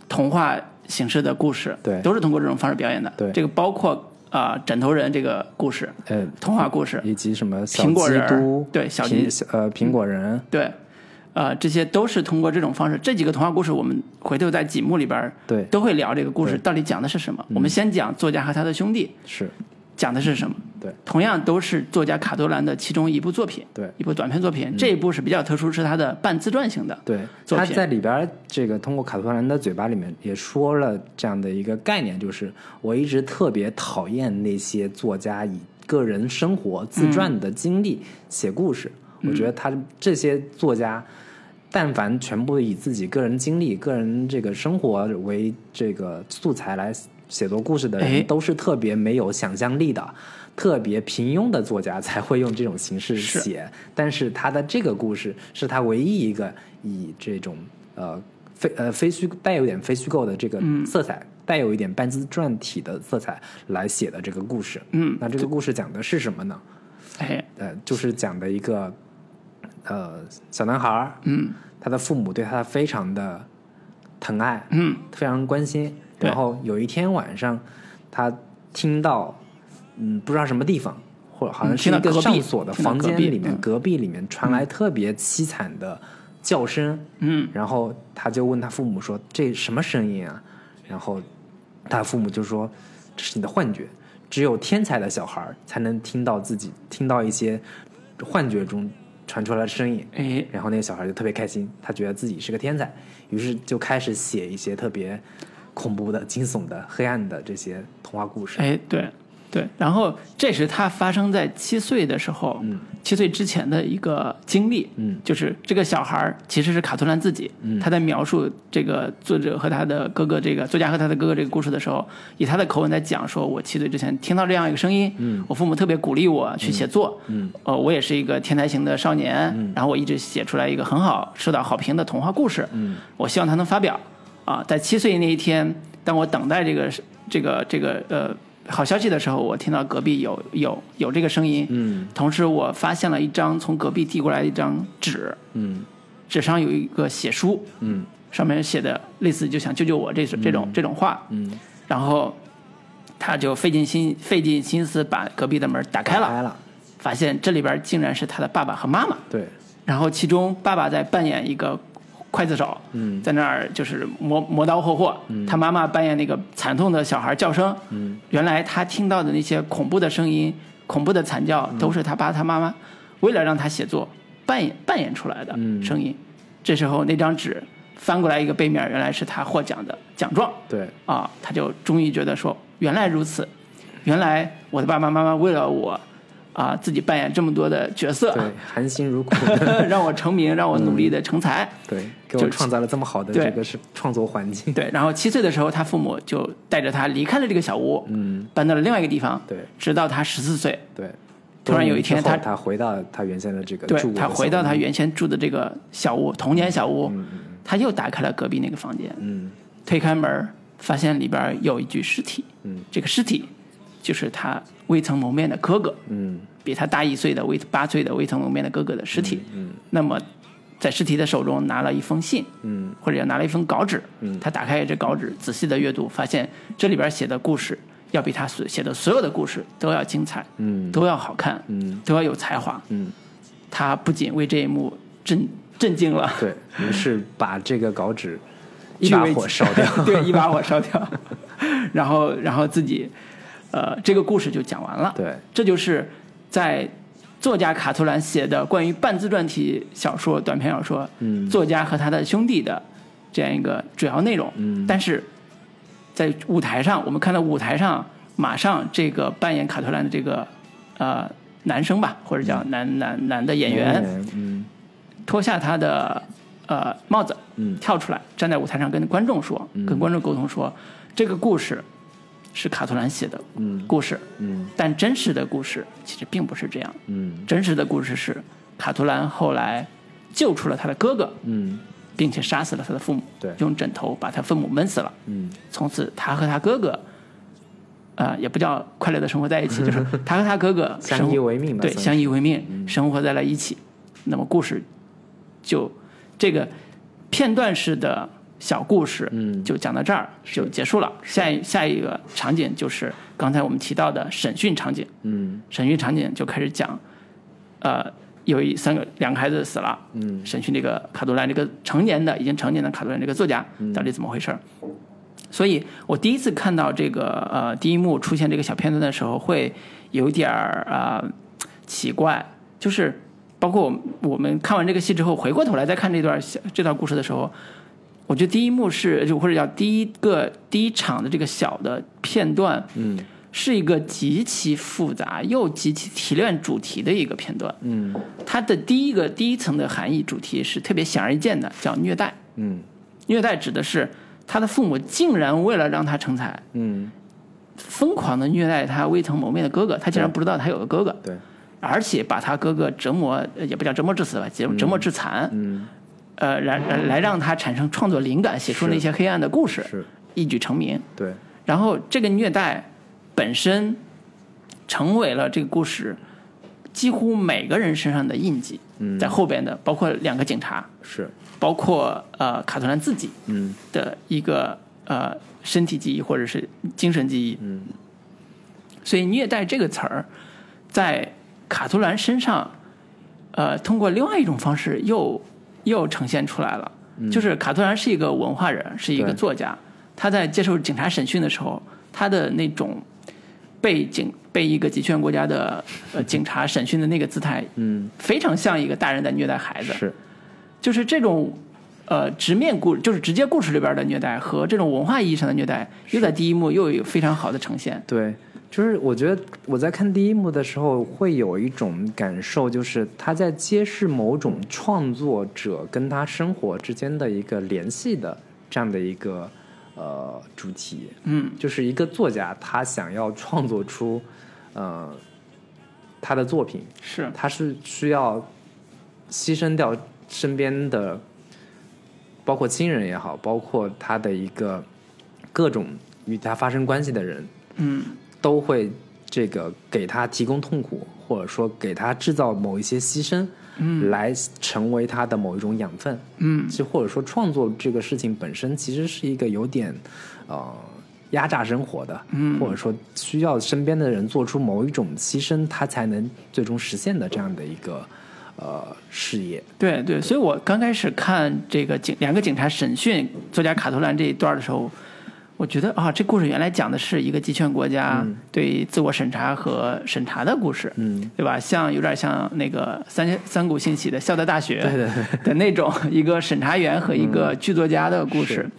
童话形式的故事，对都是通过这种方式表演的。对这个包括啊、呃枕头人这个故事，呃，童话故事，以及什么小苹果基人儿督，对小基苹呃苹果人，对，呃，这些都是通过这种方式。这几个童话故事，我们回头在几幕里边儿对嗯都会聊这个故事到底讲的是什么。我们先讲作家和他的兄弟是讲的是什么。对，同样都是作家卡多兰的其中一部作品，对嗯一部短篇作品。这一部是比较特殊，是他的半自传型的。对，作他品在里边儿这个通过卡托兰的嘴巴里面也说了这样的一个概念，就是我一直特别讨厌那些作家以个人生活嗯自传的经历写故事。我觉得他这些作家，但凡全部以自己个人经历、个人这个生活为这个素材来写作故事的哎人，都是特别没有想象力的。特别平庸的作家才会用这种形式是写，但是他的这个故事是他唯一一个以这种呃非呃非虚带有点非虚构的这个嗯色彩，带有一点半自传体的色彩来写的这个故事。嗯那这个故事讲的是什么呢？哎，呃，就是讲的一个呃小男孩儿，嗯他的父母对他非常的疼爱，嗯，非常关心。对然后有一天晚上，他听到，嗯，不知道什么地方，或者好像嗯是听到一个隔壁上锁的听到房间隔壁里面，嗯隔壁里面传来特别凄惨的叫声。嗯，然后他就问他父母说：“这什么声音啊？”然后他父母就说：“这是你的幻觉，只有天才的小孩儿才能听到自己听到一些幻觉中传出来的声音。”哎，然后那个小孩就特别开心，他觉得自己是个天才，于是就开始写一些特别恐怖的、惊悚的、黑暗的这些童话故事。哎，对对，然后这是他发生在七岁的时候，嗯七岁之前的一个经历，嗯就是这个小孩儿其实是卡托兰自己，嗯他在描述这个作者和他的哥哥这个作家和他的哥哥这个故事的时候，以他的口吻在讲说，我七岁之前听到这样一个声音，嗯我父母特别鼓励我去写作，嗯呃，我也是一个天才型的少年，然后我一直写出来一个很好受到好评的童话故事，嗯我希望他能发表啊。在七岁那一天，当我等待这个这个这个呃好消息的时候，我听到隔壁有有有这个声音，嗯同时我发现了一张从隔壁递过来的一张纸，嗯纸上有一个写书，嗯上面写的类似就想救救我这这种这种话，嗯，然后他就费尽心费尽心思把隔壁的门打开了，开了，发现这里边竟然是他的爸爸和妈妈。对，然后其中爸爸在扮演一个刽子手，嗯在那儿就是磨磨刀霍霍，他妈妈扮演那个惨痛的小孩叫声，嗯原来他听到的那些恐怖的声音、恐怖的惨叫，都是他爸他妈妈嗯为了让他写作扮演扮演出来的声音。这时候那张纸翻过来一个背面，原来是他获奖的奖状对，啊，他就终于觉得说，原来如此，原来我的爸爸妈妈为了我啊，自己扮演这么多的角色，对，含辛茹苦， [laughs] 让我成名，让我努力的成才。对，给就我是创造了这么好的对这个是创作环境。 [laughs] 对，然后七岁的时候，他父母就带着他离开了这个小屋，嗯，搬到了另外一个地方，对直到他十四岁，对，突然有一天多他年之后他回到他原先的这个对住过的他小回到屋他原先住的这个小屋，童年小屋，他又打开了隔壁那个房间，嗯推开门儿发现里边儿有一具尸体，嗯这个尸体就是他未曾谋面的哥哥，嗯比他大一岁的未八岁的未曾谋面的哥哥的尸体。嗯那么，在尸体的手中拿了一封信，嗯或者拿了一封稿纸，嗯他打开这稿纸，仔细的阅读，发现这里边写的故事要比他所写的所有的故事都要精彩，嗯都要好看，嗯都要有才华。嗯，他不仅为这一幕震震惊了，对于是把这个稿纸一把 [laughs] 据为火烧掉。 [laughs] 对，一把火烧掉， [laughs] 然后然后自己，呃，这个故事就讲完了。对，这就是在作家卡图兰写的关于半自传体小说、短篇小说，嗯作家和他的兄弟的这样一个主要内容。嗯但是在舞台上，我们看到舞台上马上这个扮演卡图兰的这个呃男生吧，或者叫男男男的 [laughs] 演员，嗯脱下他的呃帽子，嗯跳出来，站在舞台上跟观众说，跟观众沟通说，这个故事是卡图兰写的嗯故事，嗯但真实的故事其实并不是这样。嗯真实的故事是，卡图兰后来救出了他的哥哥，嗯并且杀死了他的父母，对用枕头把他父母闷死了。嗯从此，他和他哥哥，呃，也不叫快乐的生活在一起， [laughs] 就是他和他哥哥相生活依为命吧对，算嗯相依为命，生活在了一起。那么故事就这个片段式的小故事，嗯就讲到这儿就结束了。下一下一个场景就是刚才我们提到的审讯场景，嗯审讯场景就开始讲，呃，有一三个两个孩子死了，嗯，审讯这个卡多兰这个成年的已经成年的卡多兰这个作家到底怎么回事儿。所以我第一次看到这个呃第一幕出现这个小片段的时候，会有点儿啊、呃、奇怪，就是包括我们我们看完这个戏之后，回过头来再看这段小这段故事的时候，我觉得第一幕是就或者叫第一个第一场的这个小的片段，嗯，是一个极其复杂又极其提炼主题的一个片段，嗯它的第一个第一层的含义主题是特别显而易见的，叫虐待。嗯虐待指的是他的父母竟然为了让他成才，嗯，疯狂的虐待他未曾谋面的哥哥，他竟然不知道他有个哥哥，对，而且把他哥哥折磨，呃也不叫折磨致死吧，折折磨致残，嗯呃，来来来让他产生创作灵感，写出那些黑暗的故事，是，一举成名。对，然后这个虐待本身成为了这个故事几乎每个人身上的印记，嗯在后边的包括两个警察，是，包括呃卡特兰自己嗯的一个呃身体记忆或者是精神记忆。嗯，所以虐待这个词儿在卡图兰身上，呃，通过另外一种方式又又呈现出来了。就是卡图兰是一个文化人，是一个嗯对作家，他在接受警察审讯的时候，他的那种被警被一个集权国家的呃警察审讯的那个姿态，嗯非常像一个大人在虐待孩子。是，就是这种呃直面故就是直接故事里边的虐待和这种文化意义上的虐待，又在第一幕又有非常好的呈现。对，就是我觉得我在看第一幕的时候，会有一种感受，就是他在揭示某种创作者跟他生活之间的一个联系的这样的一个呃主题。嗯，就是一个作家，他想要创作出呃他的作品，是他是需要牺牲掉身边的，包括亲人也好，包括他的一个各种与他发生关系的人，嗯都会这个给他提供痛苦，或者说给他制造某一些牺牲，嗯，来成为他的某一种养分。嗯其实或者说创作这个事情本身其实是一个有点，呃，压榨生活的，嗯或者说需要身边的人做出某一种牺牲，他才能最终实现的这样的一个呃事业。对对，所以我刚开始看这个警两个警察审讯作家卡图兰这一段的时候，我觉得啊，这故事原来讲的是一个集权国家对自我审查和审查的故事，嗯，对吧？像有点像那个三三谷幸喜的《校在大学》对对的那种一个审查员和一个剧作家的故事，嗯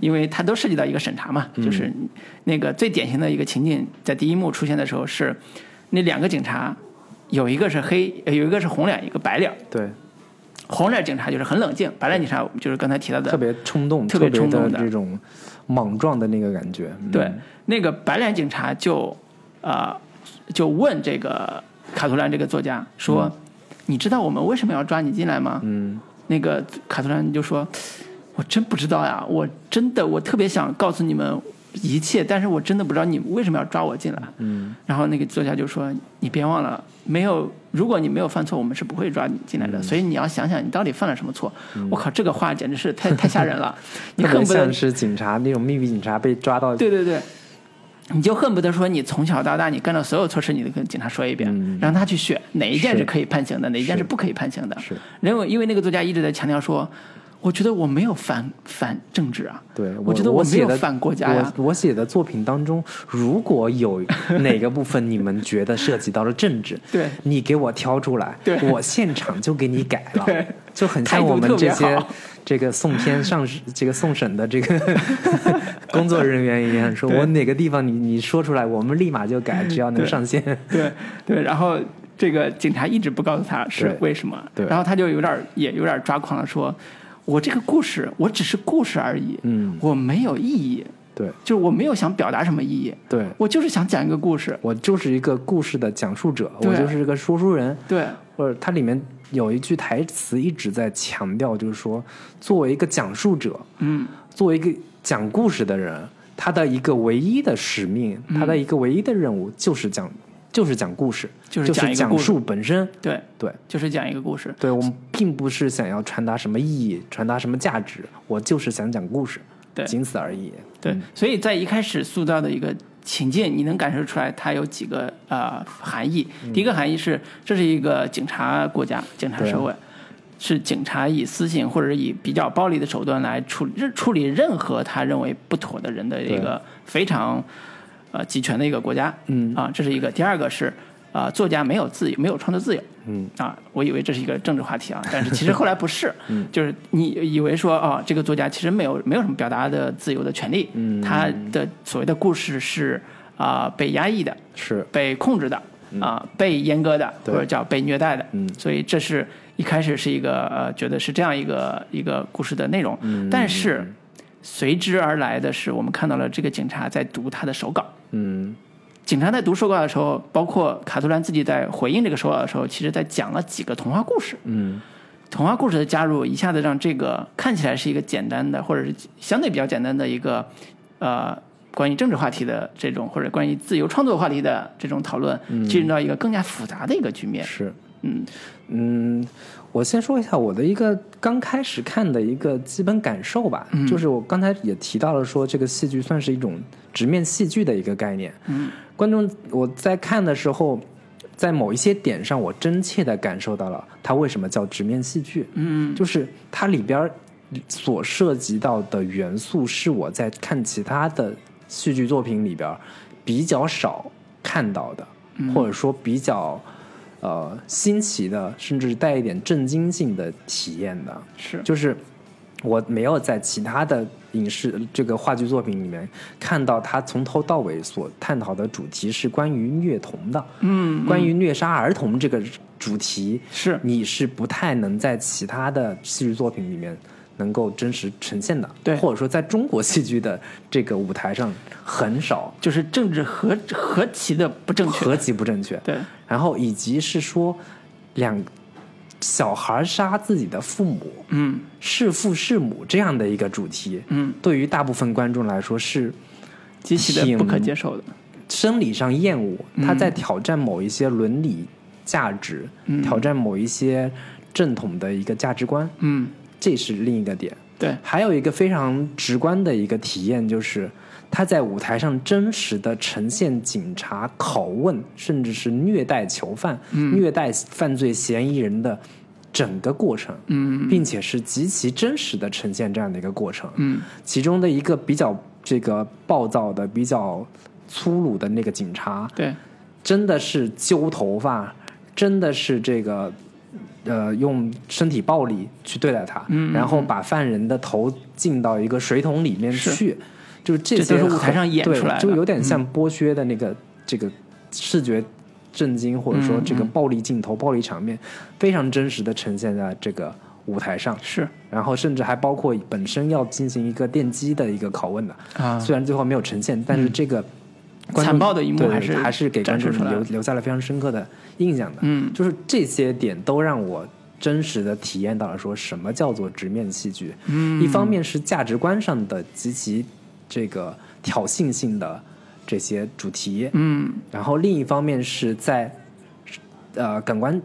因为它都涉及到一个审查嘛，就是那个最典型的一个情景，在第一幕出现的时候是那两个警察，有一个是黑，呃有一个是红脸，一个白脸。对，红脸警察就是很冷静，白脸警察就是刚才提到的特别冲动，特特别别冲动的的这种莽撞的那个感觉。嗯对，，那个白脸警察就呃就问这个卡图兰这个作家说：“你知道我们为什么要抓你进来吗？”嗯，那个卡图兰就说：“我真不知道呀，我真的我特别想告诉你们一切，但是我真的不知道你们为什么要抓我进来。”嗯，然后那个作家就说：“你别忘了，没有如果你没有犯错，我们是不会抓你进来嗯的。所以你要想想你到底犯了什么错。我靠，这个话简直是太太吓人 [laughs] 了，你特恨别不得像是警察那种秘密警察被抓到，对对对，你就恨不得说你从小到大你干的所有错事，你都跟警察说一遍，嗯让他去选哪一件是是可以判刑的，哪一件是是不可以判刑的。是因为因为那个作家一直在强调说，我觉得我没有反反政治啊，对，我我觉得我没有写的反国家呀、啊我我写的作品当中，如果有哪个部分你们觉得涉及到了政治，对你给我挑出来，对我现场就给你改了对，就很态像度我们特别这些好这个送片上市这个送审的 [laughs] 这个工作人员一样，说对我哪个地方你你说出来，我们立马就改，只要能对上线，对对，然后这个警察一直不告诉他是对为什么，对然后他就有点儿也有点儿抓狂了，说我这个故事我只是故事而已，嗯我没有意义，对就是我没有想表达什么意义，对。我就是想讲一个故事，我就是一个故事的讲述者，我对就是一个说书人，对。或者它里面有一句台词一直在强调，就是说，作为一个讲述者，嗯，作为一个讲故事的人，他的一个唯一的使命，嗯他的一个唯一的任务就是讲，就是讲故事，就是讲是一个故讲事述本身。对，对，就是讲一个故事。对我们并不是想要传达什么意义，传达什么价值，我就是想讲故事，对仅此而已。对，所以在一开始塑造的一个情境，你能感受出来它有几个呃含义。第一个含义是，这是一个警察国家、警察社会，是警察以私刑或者以比较暴力的手段来处理处理任何他认为不妥的人的一个非常呃集权的一个国家。嗯啊，这是一个。第二个是。啊、作家没有自由，没有创作自由。嗯啊，我以为这是一个政治话题啊，但是其实后来不 [laughs] 是，嗯 [laughs] 就是你以为说啊、这个作家其实没有没有什么表达的自由的权利，嗯他的所谓的故事是啊、被压抑的，是，被控制的，啊、被阉割的，或嗯对者叫被虐待的，嗯所以这是一开始是一个呃，觉得是这样一个一个故事的内容，嗯但是随之而来的是，我们看到了这个警察在读他的手稿，嗯，警察在读手稿的时候，包括卡图兰自己在回应这个手稿的时候，其实在讲了几个童话故事。嗯，童话故事的加入，一下子让这个看起来是一个简单的，或者是相对比较简单的一个，呃，关于政治话题的这种，或者关于自由创作话题的这种讨论，进入到一个更加复杂的一个局面。是。嗯，嗯，我先说一下我的一个刚开始看的一个基本感受吧，嗯就是我刚才也提到了说，这个戏剧算是一种直面戏剧的一个概念。嗯，观众我在看的时候，在某一些点上，我真切的感受到了它为什么叫直面戏剧。嗯，就是它里边儿所涉及到的元素，是我在看其他的戏剧作品里边儿比较少看到的，嗯或者说比较呃新奇的，甚至带一点震惊性的体验的。是，就是我没有在其他的影视这个话剧作品里面看到他从头到尾所探讨的主题是关于虐童的，嗯，关于虐杀儿童这个主题。是，你是不太能在其他的戏剧作品里面能够真实呈现的，对或者说在中国戏剧的这个舞台上很少，就是政治何何其的不正确。何其不正确。对，然后以及是说两小孩杀自己的父母，嗯弑父弑母这样的一个主题，嗯，对于大部分观众来说是极其的挺不可接受的。生理上厌恶，他在挑战某一些伦理价值，挑战某一些正统的一个价值观，嗯，这是另一个点。对，还有一个非常直观的一个体验，就是他在舞台上真实的呈现警察拷问，甚至是虐待囚犯、虐待犯罪嫌疑人的整个过程，嗯并且是极其真实的呈现这样的一个过程。嗯其中的一个比较这个暴躁的、比较粗鲁的那个警察，对，真的是揪头发，真的是这个呃用身体暴力去对待他，嗯然后把犯人的头浸到一个水桶里面是去，就是这这些都是很舞台上演对出来的嗯就有点像剥削的那个、这个视觉震惊，或者嗯说这个暴力镜头、暴力场面，非常真实的呈现在这个舞台上。是然后甚至还包括本身要进行一个电击的一个拷问的，啊，虽然最后没有呈现，但是这个嗯观众残暴的一幕对还是还是给观众展示出来留了留下了非常深刻的印象的。嗯，就是这些点都让我真实的体验到了说什么叫做直面戏剧。嗯，一方面是价值观上的极其这个挑衅性的这些主题，嗯，然后另一方面是在呃感官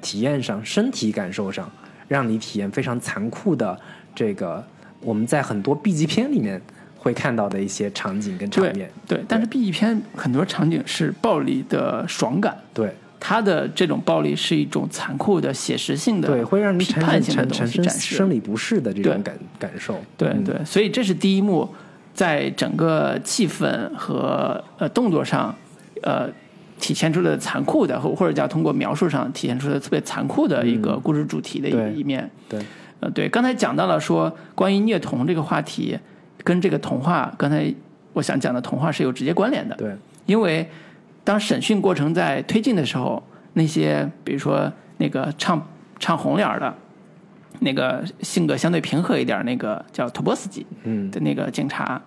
体验上、身体感受上，让你体验非常残酷的这个我们在很多 B 级片里面会看到的一些场景跟场对面。对，但是 B 级片很多场景是暴力的爽感，对它的这种暴力是一种残酷的写实性的，对，会让你批产判生性的产东产西生展示。生理不适的这种对感感受。对嗯对，所以这是第一幕，在整个气氛和呃动作上，呃，体现出了残酷的，或或者叫通过描述上体现出了特别残酷的一个故事主题的嗯对一一面。对呃，对，刚才讲到了说关于虐童这个话题，跟这个童话，刚才我想讲的童话是有直接关联的。对因为当审讯过程在推进的时候，那些比如说那个唱唱红脸儿的，那个性格相对平和一点儿，那个叫托波斯基，嗯的那个警察，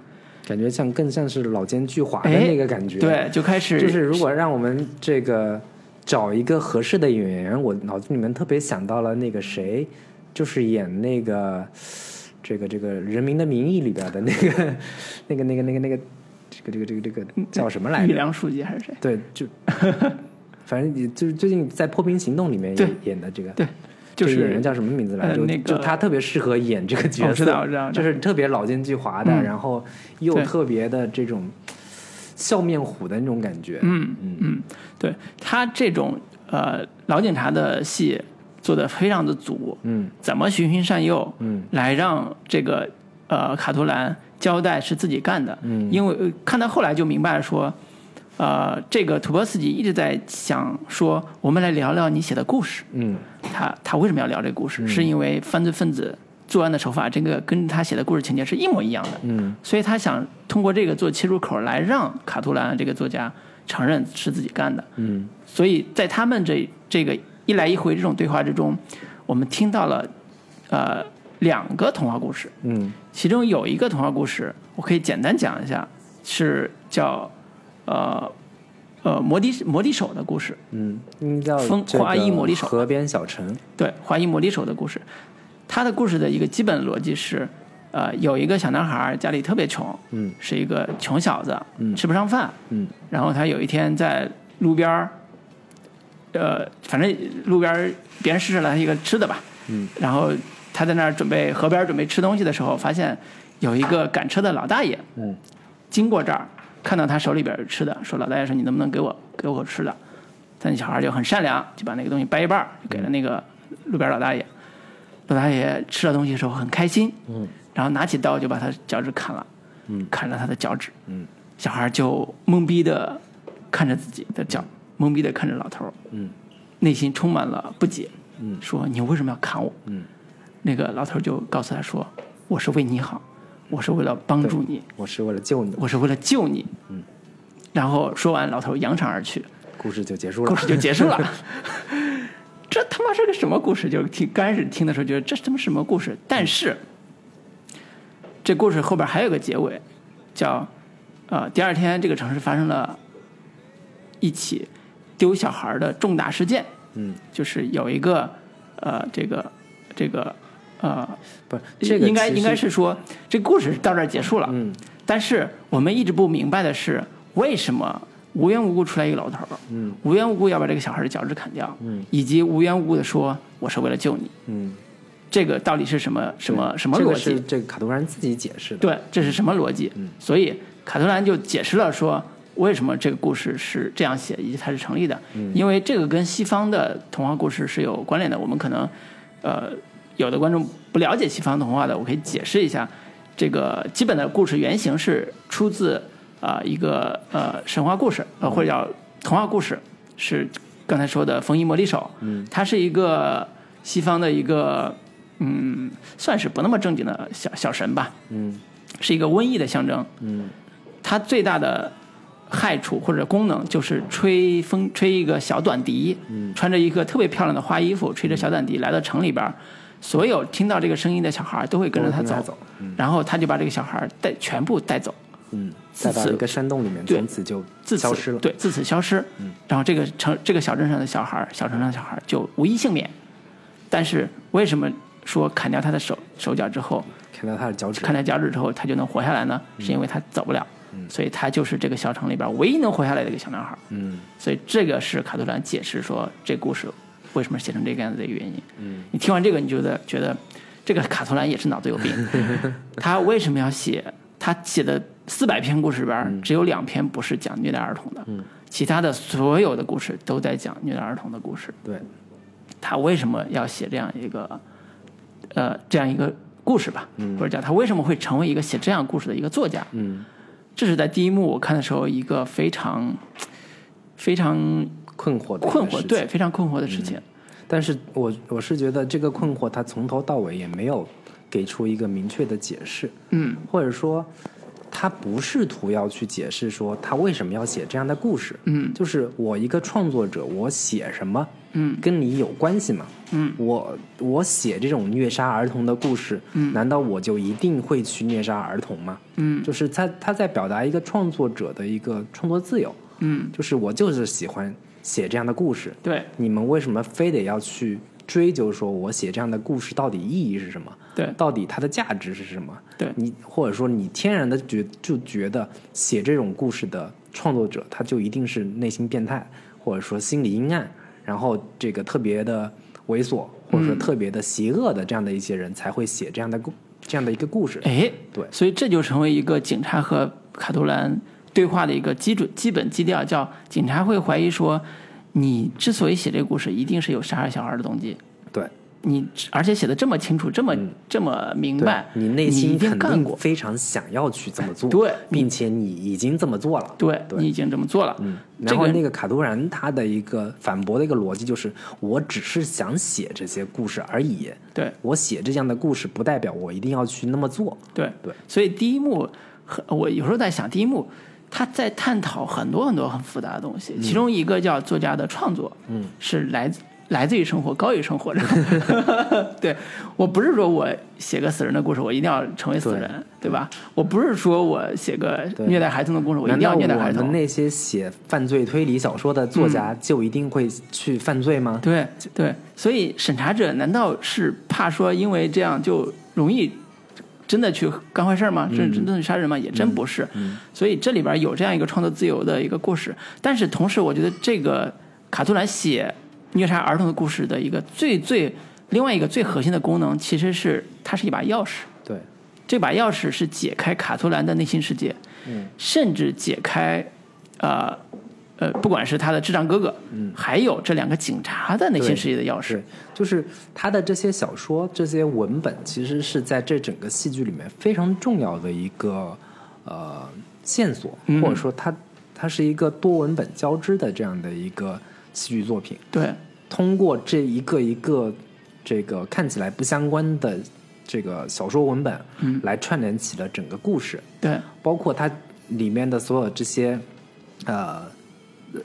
感觉像更像是老奸巨猾的哎那个感觉。，对，就开始就是如果让我们这个找一个合适的演员，我脑子里面特别想到了那个谁，就是演那个这个这个《人民的名义》里边的那个 [laughs] 那个那个那个那个这个这个这个这嗯个叫什么来玉着？良书记还是谁？对， [laughs] 就反正也就是最近在《破冰行动》里面对也演的这个。对，就这个演员是叫什么名字来着？呃就那个哦就他特别适合演这个角色，我知道我知道我知就道是特别老奸巨猾的，嗯然后又对特别的这种笑面虎的那种感觉。嗯嗯，对他这种呃老警察的戏做的非常的足，嗯怎么循循善诱，嗯，来让这个呃卡图兰交代是自己干的，嗯因为呃看到后来就明白说，呃，这个土波斯基一直在想说，我们来聊聊你写的故事，嗯他他为什么要聊这个故事？是因为犯罪分子作案的手法，这个跟他写的故事情节是一模一样的，嗯所以他想通过这个做切入口来让卡图兰这个作家承认是自己干的，嗯所以在他们这这个一来一回这种对话之中，我们听到了呃两个童话故事，嗯其中有一个童话故事，我可以简单讲一下，是叫呃呃摩的摩的手的故事，嗯，应该叫风这个花衣魔力手河边小城。对，华裔魔力手的故事。他的故事的一个基本逻辑是，呃，有一个小男孩儿家里特别穷，嗯，是一个穷小子，吃不上饭，嗯然后他有一天在路边儿，呃，反正路边儿别人施舍了他一个吃的吧，嗯，然后他在那儿准备河边儿准备吃东西的时候，发现有一个赶车的老大爷，嗯，经过这儿看到他手里边儿吃的，说老大爷说你能不能给我给我口吃的？但小孩儿就很善良，就把那个东西掰一半儿，就给了那个路边儿老大爷。老大爷吃了东西的时候很开心，嗯，然后拿起刀就把他脚趾砍了，嗯，砍了他的脚趾，嗯，小孩就懵逼的看着自己的脚，懵逼的看着老头，嗯，内心充满了不解，嗯，说你为什么要砍我？嗯，那个老头就告诉他说，我是为你好，我是为了帮助你，我是为了救你，我是为了救你，嗯，然后说完，老头扬长而去，故事就结束了。故事就结束了。 [laughs] 这他妈是个什么故事？就听刚开始听的时候觉得这他妈什么故事，但是这故事后边还有个结尾，叫呃第二天这个城市发生了一起丢小孩儿的重大事件，嗯，就是有一个呃这个这个呃不是，这个应该其实应该是说这故事到这儿结束了，嗯但是我们一直不明白的是，为什么无缘无故出来一个老头儿，嗯，无缘无故要把这个小孩的脚趾砍掉，嗯，以及无缘无故的说我是为了救你，嗯这个到底是什么什么什么这逻个辑是？这个卡图兰自己解释的。对，这是什么逻辑？所以卡特兰就解释了说，为什么这个故事是这样写，以及它是成立的。因为这个跟西方的童话故事是有关联的。我们可能，呃，有的观众不了解西方童话的，我可以解释一下这个基本的故事原型是出自啊、呃一个呃神话故事，呃或者叫童话故事，是刚才说的《风衣魔力手》。嗯，它是一个西方的一个嗯，算是不那么正经的小小神吧，嗯是一个瘟疫的象征。嗯它最大的害处或者功能就是吹风，吹一个小短笛，嗯穿着一个特别漂亮的花衣服，吹着小短笛来到城里边儿，所有听到这个声音的小孩儿都会跟着他都会走，跟他走然后他就把这个小孩儿带全部带走，嗯，自带到此一个山洞里面，对从此就自此消失了。嗯对，自此消失。然后这个城这个小镇上的小孩儿，小城上的小孩儿就无一幸免。但是为什么说砍掉他的手手脚之后，看到他的脚趾看，到脚趾之后，他就能活下来呢？是因为他走不了，所以他就是这个小城里边唯一能活下来的一个小男孩。嗯，所以这个是卡图兰解释说这故事为什么写成这个样子的一个原因。嗯，你听完这个，你觉得觉得这个卡图兰也是脑子有病，他为什么要写？他写的四百篇故事里边，只有两篇不是讲虐待儿童的，其他的所有的故事都在讲虐待儿童的故事。对，他为什么要写这样一个，呃，这样一个故事吧，或者叫他为什么会成为一个写这样故事的一个作家？嗯，这是在第一幕我看的时候一个非常非常困惑的一个困惑，事情嗯对，。非常困惑的事情。但是我我是觉得这个困惑，他从头到尾也没有给出一个明确的解释，嗯，或者说他不试图要去解释说他为什么要写这样的故事，嗯就是我一个创作者，我写什么，嗯，跟你有关系吗？嗯，我我写这种虐杀儿童的故事，嗯，难道我就一定会去虐杀儿童吗？嗯就是他他在表达一个创作者的一个创作自由，嗯，就是我就是喜欢写这样的故事，对你们为什么非得要去追究说我写这样的故事到底意义是什么？对到底它的价值是什么？对你或者说你天然的觉就觉得写这种故事的创作者他就一定是内心变态，或者说心理阴暗，然后这个特别的猥琐，或者说特别的邪恶的这样的一些人才会写这样的故这样的一个故事。哎，对所以这就成为一个警察和卡图兰对话的一个基准基本基调，叫警察会怀疑说，你之所以写这个故事，一定是有杀害小孩的动机。对，你而且写的这么清楚，这么、这么明嗯对白，你内心一定肯干定过，非常想要去这么做，对并且你已经这么做了。对对你已经这么做了。嗯这然后个那个卡图然他的一个反驳的一个逻辑就是，我只是想写这些故事而已，对我写这样的故事不代表我一定要去那么做。对对，所以第一幕，很我有时候在想，第一幕他在探讨很多很多很复杂的东西，嗯其中一个叫作家的创作，嗯，是来自来自于生活，高于生活。 [laughs] [laughs] 对我不是说我写个死人的故事，我一定要成为死人，对吧？我不是说我写个虐待孩童的故事，我一难定道要我虐待孩们童。那些写犯罪推理小说的作家嗯就一定会去犯罪吗？对对，所以审查者难道是怕说因为这样就容易真的去干坏事儿吗？真真的去杀人吗？也真不是。所以这里边有这样一个创作自由的一个故事，但是同时我觉得这个卡图兰写虐杀儿童的故事的一个最最另外一个最核心的功能，其实是它是一把钥匙。对，这把钥匙是解开卡图兰的内心世界，嗯甚至解开，呃，呃，不管是他的智障哥哥，还有这两个警察的内心世界的钥匙嗯是，，就是他的这些小说、这些文本，其实是在这整个戏剧里面非常重要的一个呃线索，嗯或者说它它是一个多文本交织的这样的一个戏剧作品。对通过这一个一个这个看起来不相关的这个小说文本，来串联起了整个故事。对包括它里面的所有这些呃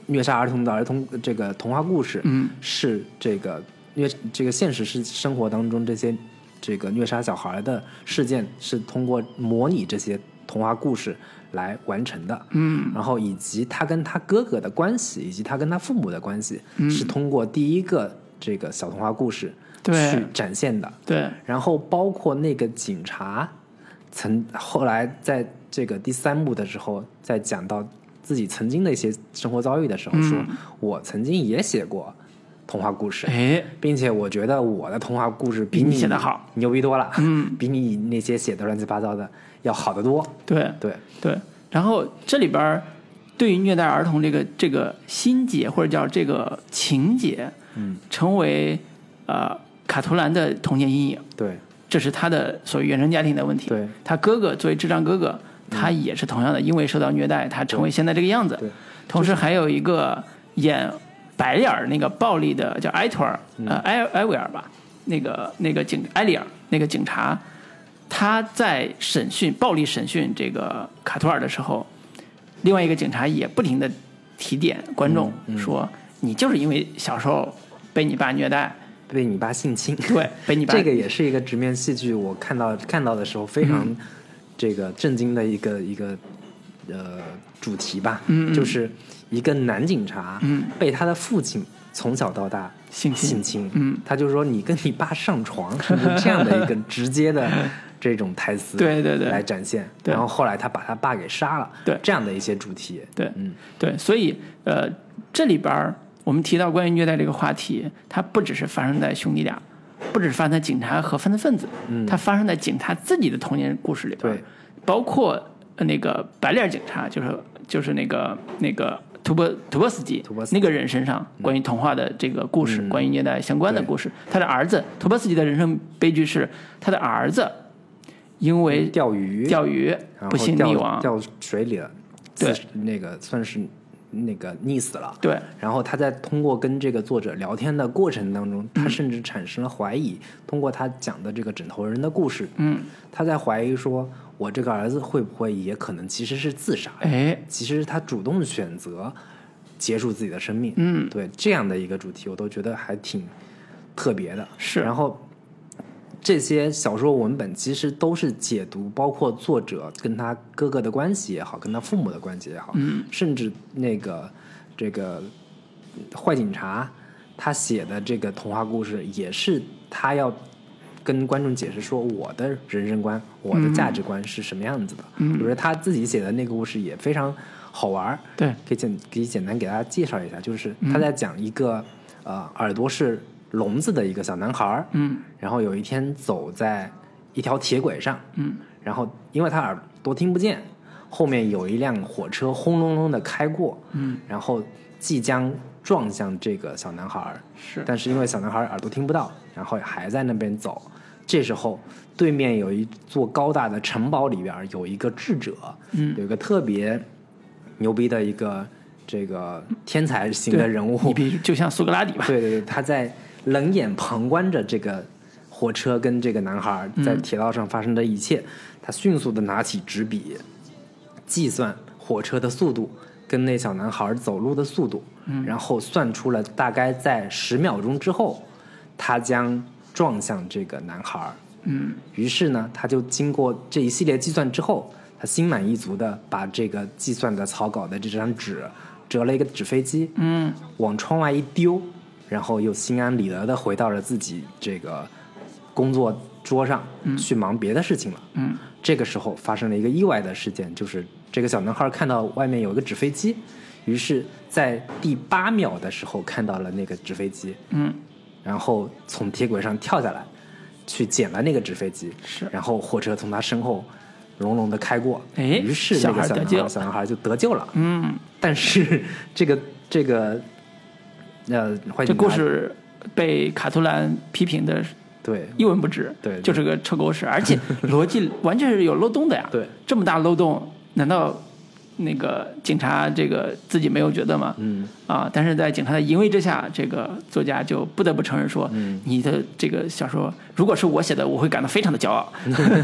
虐杀儿童的儿童这个童话故事，嗯，是这个虐这个现实是生活当中这些这个虐杀小孩的事件是通过模拟这些童话故事来完成的，嗯，然后以及他跟他哥哥的关系，以及他跟他父母的关系，嗯是通过第一个这个小童话故事对去展现的，对然后包括那个警察，曾后来在这个第三幕的时候，在讲到自己曾经的一些生活遭遇的时嗯候，说我曾经也写过童话故事，哎，并且我觉得我的童话故事比你你写得好，嗯牛逼多了，比你那些写的乱七八糟的要好得多。对对，对。然后这里边儿对于虐待儿童这个这个心结或者叫这个情节，嗯，成为呃卡图兰的童年阴影。对，这是他的所谓原生家庭的问题。对，他哥哥作为智障哥哥，他也是同样的，因为受到虐待，他成为现在这个样子嗯对。同时还有一个演白脸儿那个暴力的叫埃托尔，嗯呃，埃埃维尔吧，那个那个警埃里尔那个警察，他在审讯暴力审讯这个卡图尔的时候，另外一个警察也不停的提点观众嗯说，你就是因为小时候被你爸虐待，被你爸性侵，对，被你爸这个也是一个直面戏剧，我看到看到的时候非常嗯这个震惊的一个一个呃主题吧，嗯就是一个男警察被他的父亲从小到大性侵性侵，嗯他就说你跟你爸上床，是不是这样的 [laughs] 一个直接的这种台词，对对对来展现，对然后后来他把他爸给杀了，对这样的一些主题，对，嗯，对，所以呃，这里边儿我们提到关于虐待这个话题，它不只是发生在兄弟俩，不只是发生在警察和犯罪分子，它发生在警察自己的童年故事里边儿，嗯对包括呃那个白脸警察，就是就是那个那个图波图波斯基图波斯基嗯那个人身上关于童话的这个故事，关于虐待相关的对故事，他的儿子图波斯基的人生悲剧是他的儿子因为钓鱼，钓鱼然不后幸掉溺亡，掉水里了，对自，那个算是那个溺死了。对。然后他在通过跟这个作者聊天的过程当中，他甚至产生了怀疑。通过他讲的这个枕头人的故事，嗯，他在怀疑说，我这个儿子会不会也可能其实是自杀？哎，其实是他主动选择结束自己的生命。嗯，对这样的一个主题，我都觉得还挺特别的。是然后这些小说文本其实都是解读，包括作者跟他哥哥的关系也好，跟他父母的关系也好，嗯、甚至那个这个坏警察他写的这个童话故事，也是他要。跟观众解释说我的人生观、我的价值观是什么样子的。嗯、我觉得他自己写的那个故事也非常好玩儿，对，可以简可以简单给大家介绍一下，就是嗯他在讲一个、呃耳朵是聋子的一个小男孩儿，嗯，然后有一天走在一条铁轨上，嗯，然后因为他耳朵听不见，后面有一辆火车轰隆隆的开过，嗯，然后即将撞向这个小男孩儿，是但是因为小男孩耳朵听不到，然后还在那边走。这时候，对面有一座高大的城堡，里边有一个智者，嗯，有一个特别牛逼的一个这个天才型的人物，你比就像苏格拉底吧，对对对，他在冷眼旁观着这个火车跟这个男孩在铁道上发生的一切。他迅速的拿起纸笔，计算火车的速度跟那小男孩走路的速度，然后算出了大概在十秒钟之后，他将撞向这个男孩。嗯，于是呢，他就经过这一系列计算之后，他心满意足的把这个计算的草稿的这张纸折了一个纸飞机，嗯，往窗外一丢，然后又心安理得的回到了自己这个工作桌上、去忙别的事情了。嗯，这个时候发生了一个意外的事件，就是这个小男孩看到外面有一个纸飞机，于是在第八秒的时候看到了那个纸飞机，嗯，然后从铁轨上跳下来，去捡了那个纸飞机，是然后火车从他身后隆隆的开过，哎于是那小个小孩得男救孩小男孩就得救了。嗯，但是这个这个呃，坏这警察故事被卡图兰批评的对一文不值，对对就是个臭狗屎，而且逻 [laughs] 辑完全是有漏洞的呀。对，这么大漏洞，难道那个警察这个自己没有觉得吗？嗯啊，但是在警察的淫威之下，这个作家就不得不承认说，嗯你的这个小说如果是我写的，我会感到非常的骄 [laughs] 傲， [laughs]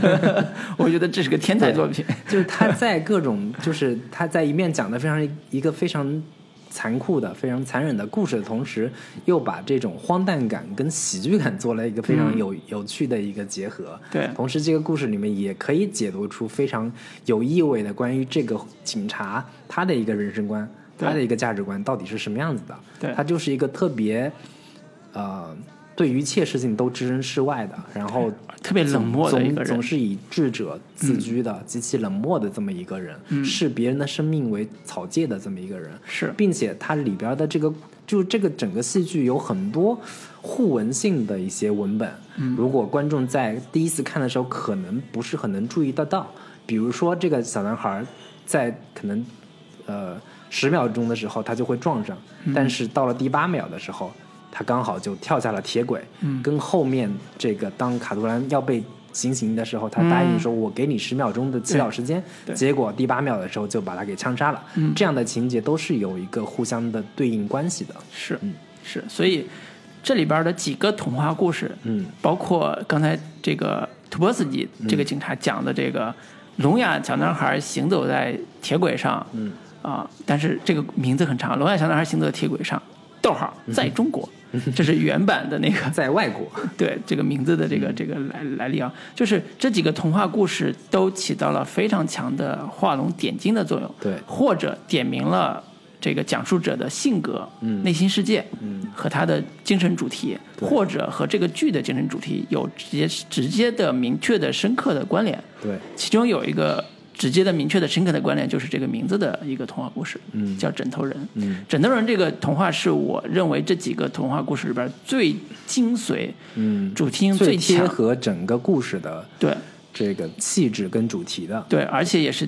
我觉得这是个天才作品。 [laughs] 就是他在各种，就是他在一面讲的非常一个非常残酷的、非常残忍的故事的同时，又把这种荒诞感跟喜剧感做了一个非常有、有趣的一个结合。嗯对同时这个故事里面也可以解读出非常有意味的关于这个警察他的一个人生观，对他的一个价值观到底是什么样子的。对他就是一个特别，呃。对于一切事情都置身事外的，然后特别冷漠的一个总人嗯总，是以智者自居的、极其冷漠的这么一个人，视别人的生命为草芥的这么一个人，是并且它里边的这个，就这个整个戏剧有很多互文性的一些文本，嗯如果观众在第一次看的时候，可能不是很能注意得到，比如说这个小男孩在可能呃十秒钟的时候，他就会撞上，嗯但是到了第八秒的嗯时候，他刚好就跳下了铁轨，跟后面这个当卡图兰要被行刑的时候，他答应说：“我给你十秒钟的祈祷时间。嗯对结果第八秒的时候就把他给枪杀了。这样的情节都是有一个互相的对应关系的。是是，所以这里边的几个童话故事，嗯，包括刚才这个图波斯基这个警察讲的这个聋哑小男孩行走在铁轨上，嗯啊，但是这个名字很长，聋哑小男孩行走在铁轨上，逗号在中国，这是原版的那个在外国，对这个名字的这个这个来来历啊，就是这几个童话故事都起到了非常强的画龙点睛的作用，对或者点明了这个讲述者的性格、嗯、内心世界，嗯，和他的精神主题，或者和这个剧的精神主题有直接直接的、明确的、深刻的关联。对，其中有一个直接的、明确的、深刻的关联，就是这个名字的一个童话故事，嗯，叫《枕头人》。嗯，《枕头人》这个童话是我认为这几个童话故事里边最精髓，嗯，主题性最贴强，合整个故事的对这个气质跟主题的。对，而且也是。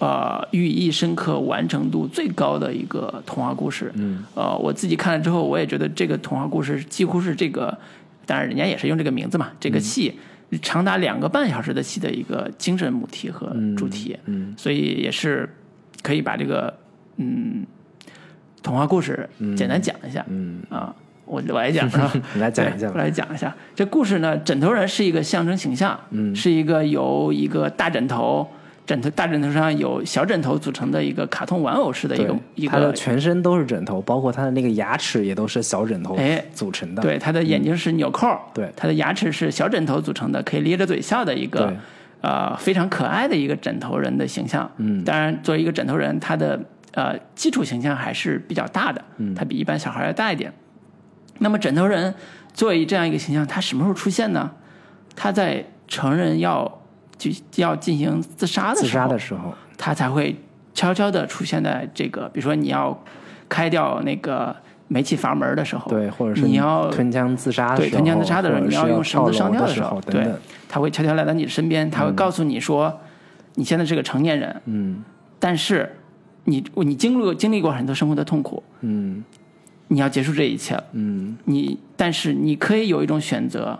呃，寓意深刻、完成度最高的一个童话故事。嗯，呃，我自己看了之后，我也觉得这个童话故事几乎是这个，当然人家也是用这个名字嘛，嗯这个戏、长达两个半小时的戏的一个精神母题和主题。嗯所以也是可以把这个嗯童话故事简单讲一下，嗯啊，我我来 [laughs]？讲是吧你来讲一下对吧我来讲一下这故事呢。枕头人是一个象征形象，嗯，是一个由一个大枕头。枕头大枕头上有小枕头组成的一个卡通玩偶式的一个一对，他的个，全身都是枕头，包括他的那个牙齿也都是小枕头哎组成的。嗯对，他的眼睛是纽扣，对他的牙齿是小枕头组成的，可以咧着嘴笑的一个对，呃，非常可爱的一个枕头人的形象。嗯，当然，作为一个枕头人，他的呃基础形象还是比较大的，嗯，他比一般小孩要大一点。那么枕头人作为这样一个形象，他什么时候出现呢？他在成人要就要进行自杀的时自候，杀的时候，它才会悄悄地出现在这个，比如说你要开掉那个煤气阀门的时候，对，或者是哦你要吞枪自杀的时对候，吞枪自杀的时候，或者你是要用绳子跳上楼吊的时候，等对等，它会悄悄来到你身边，它会告诉你说，你现在是个成年人，嗯但是你你经历过经历过很多生活的痛苦，嗯你要结束这一切了，嗯，你但是你可以有一种选择，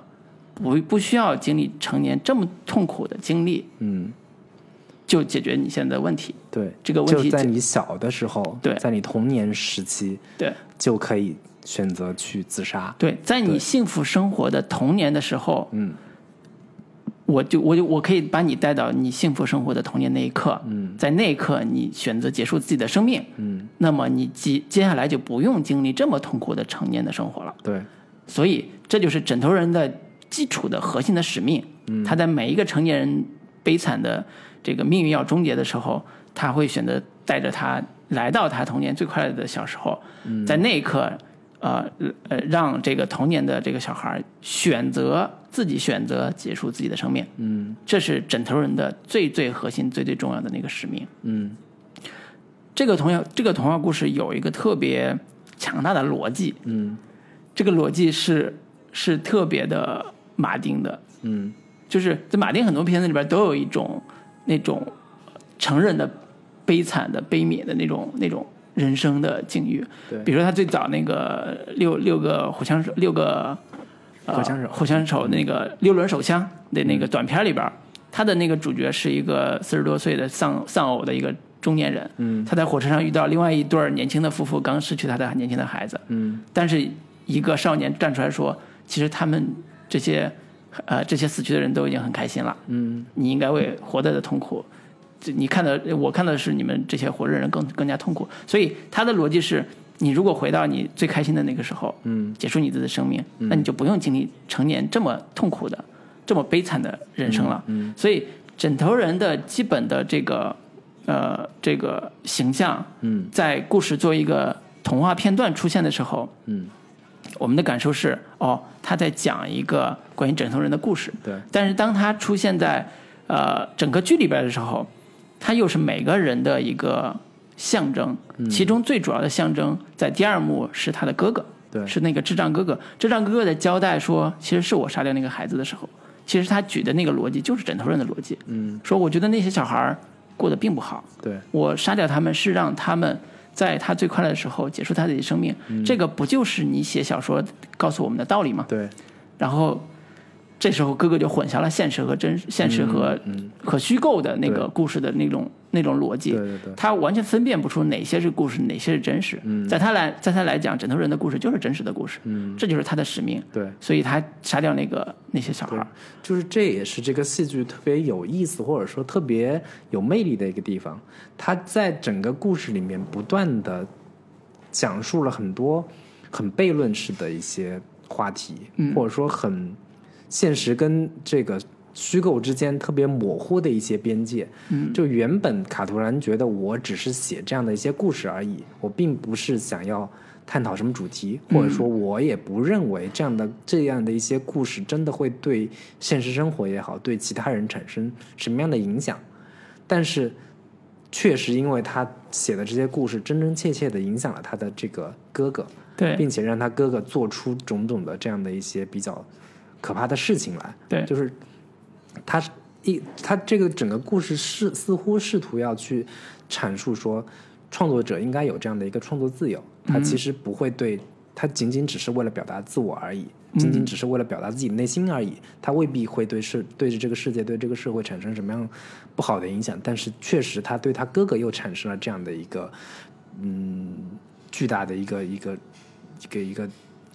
不不需要经历成年这么痛苦的经历，嗯，就解决你现在的问题。对，这个问就题在解你小的时候，对在你童年时期对。就可以选择去自杀。对，在你幸福生活的童年的时候，嗯，我就我就我可以把你带到你幸福生活的童年那一刻，嗯，在那一刻你选择结束自己的生命，嗯，那么你接接下来就不用经历这么痛苦的成年的生活了。对，所以这就是枕头人的基础的核心的使命。他在每一个成年人悲惨的这个命运要终结的时候，他会选择带着他来到他童年最快乐的小时候，在那一刻，呃呃，让这个童年的这个小孩选择自己选择结束自己的生命。嗯，这是枕头人的最最核心、最最重要的那个使命。嗯这个童谣，这个童话故事有一个特别强大的逻辑，嗯这个逻辑是是特别的马丁的，嗯，就是在马丁很多片子里边都有一种那种成人的悲惨的悲悯的那种那种人生的境遇。对比如说他最早那个六六个火枪手六个、呃、火枪手火枪手那个六轮手枪的那个短片里边，他的那个主角是一个四十多岁的丧丧偶的一个中年人。嗯，他在火车上遇到另外一对儿年轻的夫妇，刚失去他的年轻的孩子。嗯，但是一个少年站出来说，其实他们这些呃这些死去的人都已经很开心了。嗯，你应该为活着的痛苦。这你看到我看到的是你们这些活着人更更加痛苦，所以他的逻辑是，你如果回到你最开心的那个时候，嗯，结束你自己的生命，那你就不用经历成年这么痛苦的、这么悲惨的人生了。嗯，所以枕头人的基本的这个呃这个形象，嗯，在故事做一个童话片段出现的时候，嗯，我们的感受是，哦，他在讲一个关于枕头人的故事，对，但是当它出现在呃整个剧里边的时候，它又是每个人的一个象征。其中最主要的象征在第二幕是他的哥哥，对是那个智障哥哥。智障哥哥在交代说，其实是我杀掉那个孩子的时候，其实他举的那个逻辑就是枕头人的逻辑。嗯，说我觉得那些小孩儿过得并不好，对，我杀掉他们是让他们在他最快乐的时候结束他自己生命，这个不就是你写小说告诉我们的道理吗？对，然后这时候哥哥就混淆了现实和真实、现实和和虚构的那个嗯对故事的那种那种逻辑对对嗯对，他完全分辨不出哪些是故事，哪些是真实。在他来，在他来讲，枕头人的故事就是真实的故事，嗯这就是他的使命。对，所以他杀掉那个那些小孩儿。就是这也是这个戏剧特别有意思，或者说特别有魅力的一个地方。它在整个故事里面不断的讲述了很多很悖论式的一些话题，或者说很现实跟这个虚构之间特别模糊的一些边界。嗯，就原本卡图兰觉得我只是写这样的一些故事而已，我并不是想要探讨什么主题，或者说我也不认为这样的这样的一些故事真的会对现实生活也好，对其他人产生什么样的影响。但是确实因为他写的这些故事，真真切切的影响了他的这个哥哥，对并且让他哥哥做出种种的这样的一些比较可怕的事情来。对就是他是一他这个整个故事是似乎试图要去阐述说，创作者应该有这样的一个创作自由，他其实不会对他仅仅只是为了表达自我而已，仅仅只是为了表达自己内心而已，他未必会对世对着这个世界对这个社会产生什么样不好的影响，但是确实他对他哥哥又产生了这样的一个嗯巨大的一个一个一个一个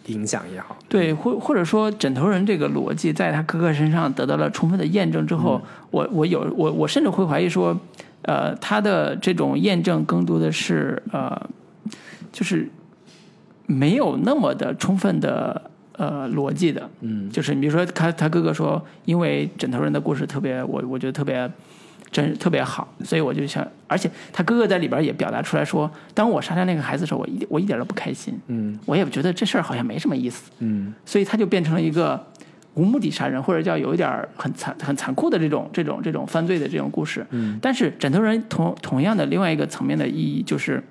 影响也好，对，或或者说枕头人这个逻辑，在他哥哥身上得到了充分的验证之后，我我有我我甚至会怀疑说，呃，他的这种验证更多的是呃，就是没有那么的充分的呃逻辑的，嗯，就是你比如说他他哥哥说，因为枕头人的故事特别，我我觉得特别。真特别好，所以我就想，而且他哥哥在里边也表达出来说，当我杀掉那个孩子的时候，我一我一点都不开心，嗯，我也觉得这事儿好像没什么意思，嗯，所以他就变成了一个无目的杀人，或者叫有一点儿很残很残酷的这种这种这种犯罪的这种故事。嗯，但是枕头人同同样的另外一个层面的意义就是，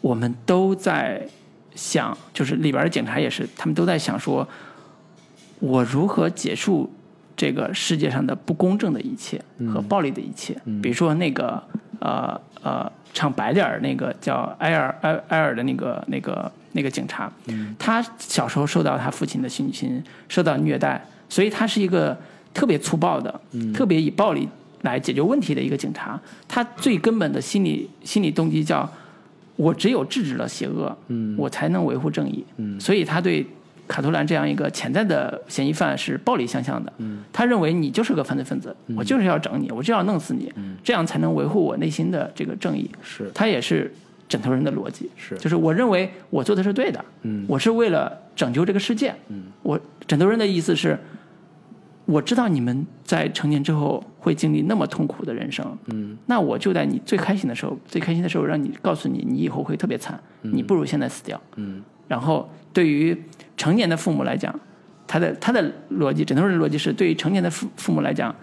我们都在想，就是里边的警察也是，他们都在想说，我如何结束这个世界上的不公正的一切和暴力的一切？比如说那个呃呃，唱白点儿那个叫埃尔埃埃尔的那个那个那个警察，他小时候受到他父亲的性侵，受到虐待，所以他是一个特别粗暴的，特别以暴力来解决问题的一个警察。他最根本的心理心理动机叫。我只有制止了邪恶，嗯，我才能维护正义，嗯，所以他对卡图兰这样一个潜在的嫌疑犯是暴力相向的，嗯，他认为你就是个犯罪分子，我就是要整你，我就要弄死你，这样才能维护我内心的这个正义，是他也是枕头人的逻辑，是就是我认为我做的是对的，嗯，我是为了拯救这个世界，嗯，我枕头人的意思是，我知道你们在成年之后会经历那么痛苦的人生，嗯，那我就在你最开心的时候，最开心的时候让你告诉你，你以后会特别惨，你不如现在死掉，嗯，然后对于成年的父母来讲，他的他的逻辑，枕头人的逻辑是对于成年的父父母来讲，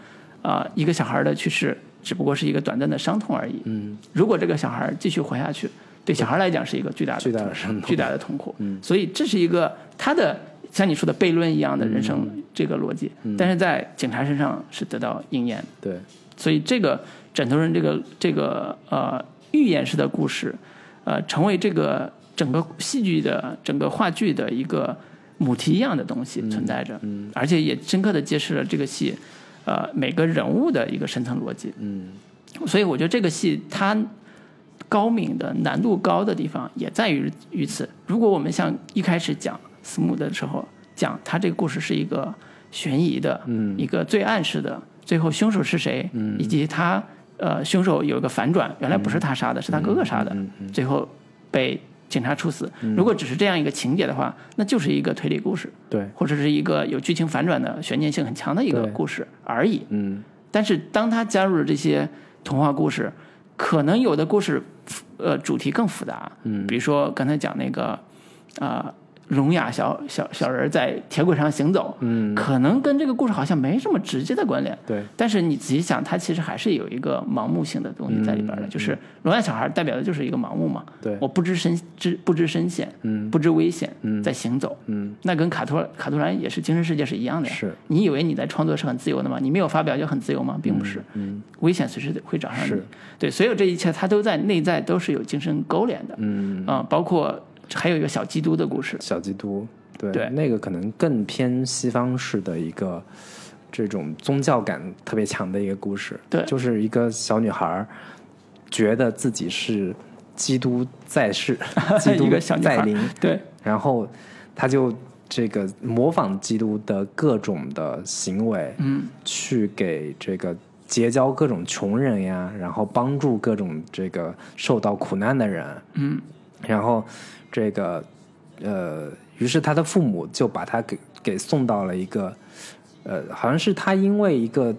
啊、一个小孩的去世只不过是一个短暂的伤痛而已，嗯，如果这个小孩继续活下去，对小孩来讲是一个巨大的巨大的痛伤痛嗯巨大的痛苦。所以这是一个他的像你说的悖论一样的人生嗯这个逻辑，但是在警察身上是得到应验的。对。所以这个枕头人这个这个呃寓言式的故事，呃，成为这个整个戏剧的整个话剧的一个母题一样的东西存在着，而且也深刻的揭示了这个戏，呃，每个人物的一个深层逻辑，嗯，所以我觉得这个戏它高明的难度高的地方也在于于此。如果我们像一开始讲《死母》的时候讲，它这个故事是一个悬疑的，嗯，一个罪案式的，最后凶手是谁，嗯，以及他呃凶手有一个反转，原来不是他杀的，是他哥哥杀的，最后被警察处死。如果只是这样一个情节的话，那就是一个推理故事，对，或者是一个有剧情反转的悬念性很强的一个对故事而已。嗯，但是当他加入了这些童话故事，可能有的故事，呃，主题更复杂。嗯，比如说刚才讲那个，啊、聋哑小小小人在铁轨上行走，嗯，可能跟这个故事好像没什么直接的关联。对，但是你仔细想，它其实还是有一个盲目性的东西在里边的，就是聋哑小孩代表的就是一个盲目嘛。对我不知深知不知深险，嗯，不知危险，嗯，在行走，嗯，那跟卡托卡托兰也是精神世界是一样的呀。是你以为你在创作是很自由的吗？你没有发表就很自由吗？并不是，嗯，危险随时会找上你是。对，所有这一切它都在内在都是有精神勾连的，嗯啊、包括还有一个小基督的故事，小基督，对，对那个可能更偏西方式的一个这种宗教感特别强的一个故事，对就是一个小女孩儿觉得自己是基督在 [laughs] 世，基督一个小女孩在临，对，然后她就这个模仿基督的各种的行为，嗯，去给这个结交各种穷人呀，然后帮助各种这个受到苦难的人，嗯，然后这个呃，于是他的父母就把他给给送到了一个呃，好像是他因为一个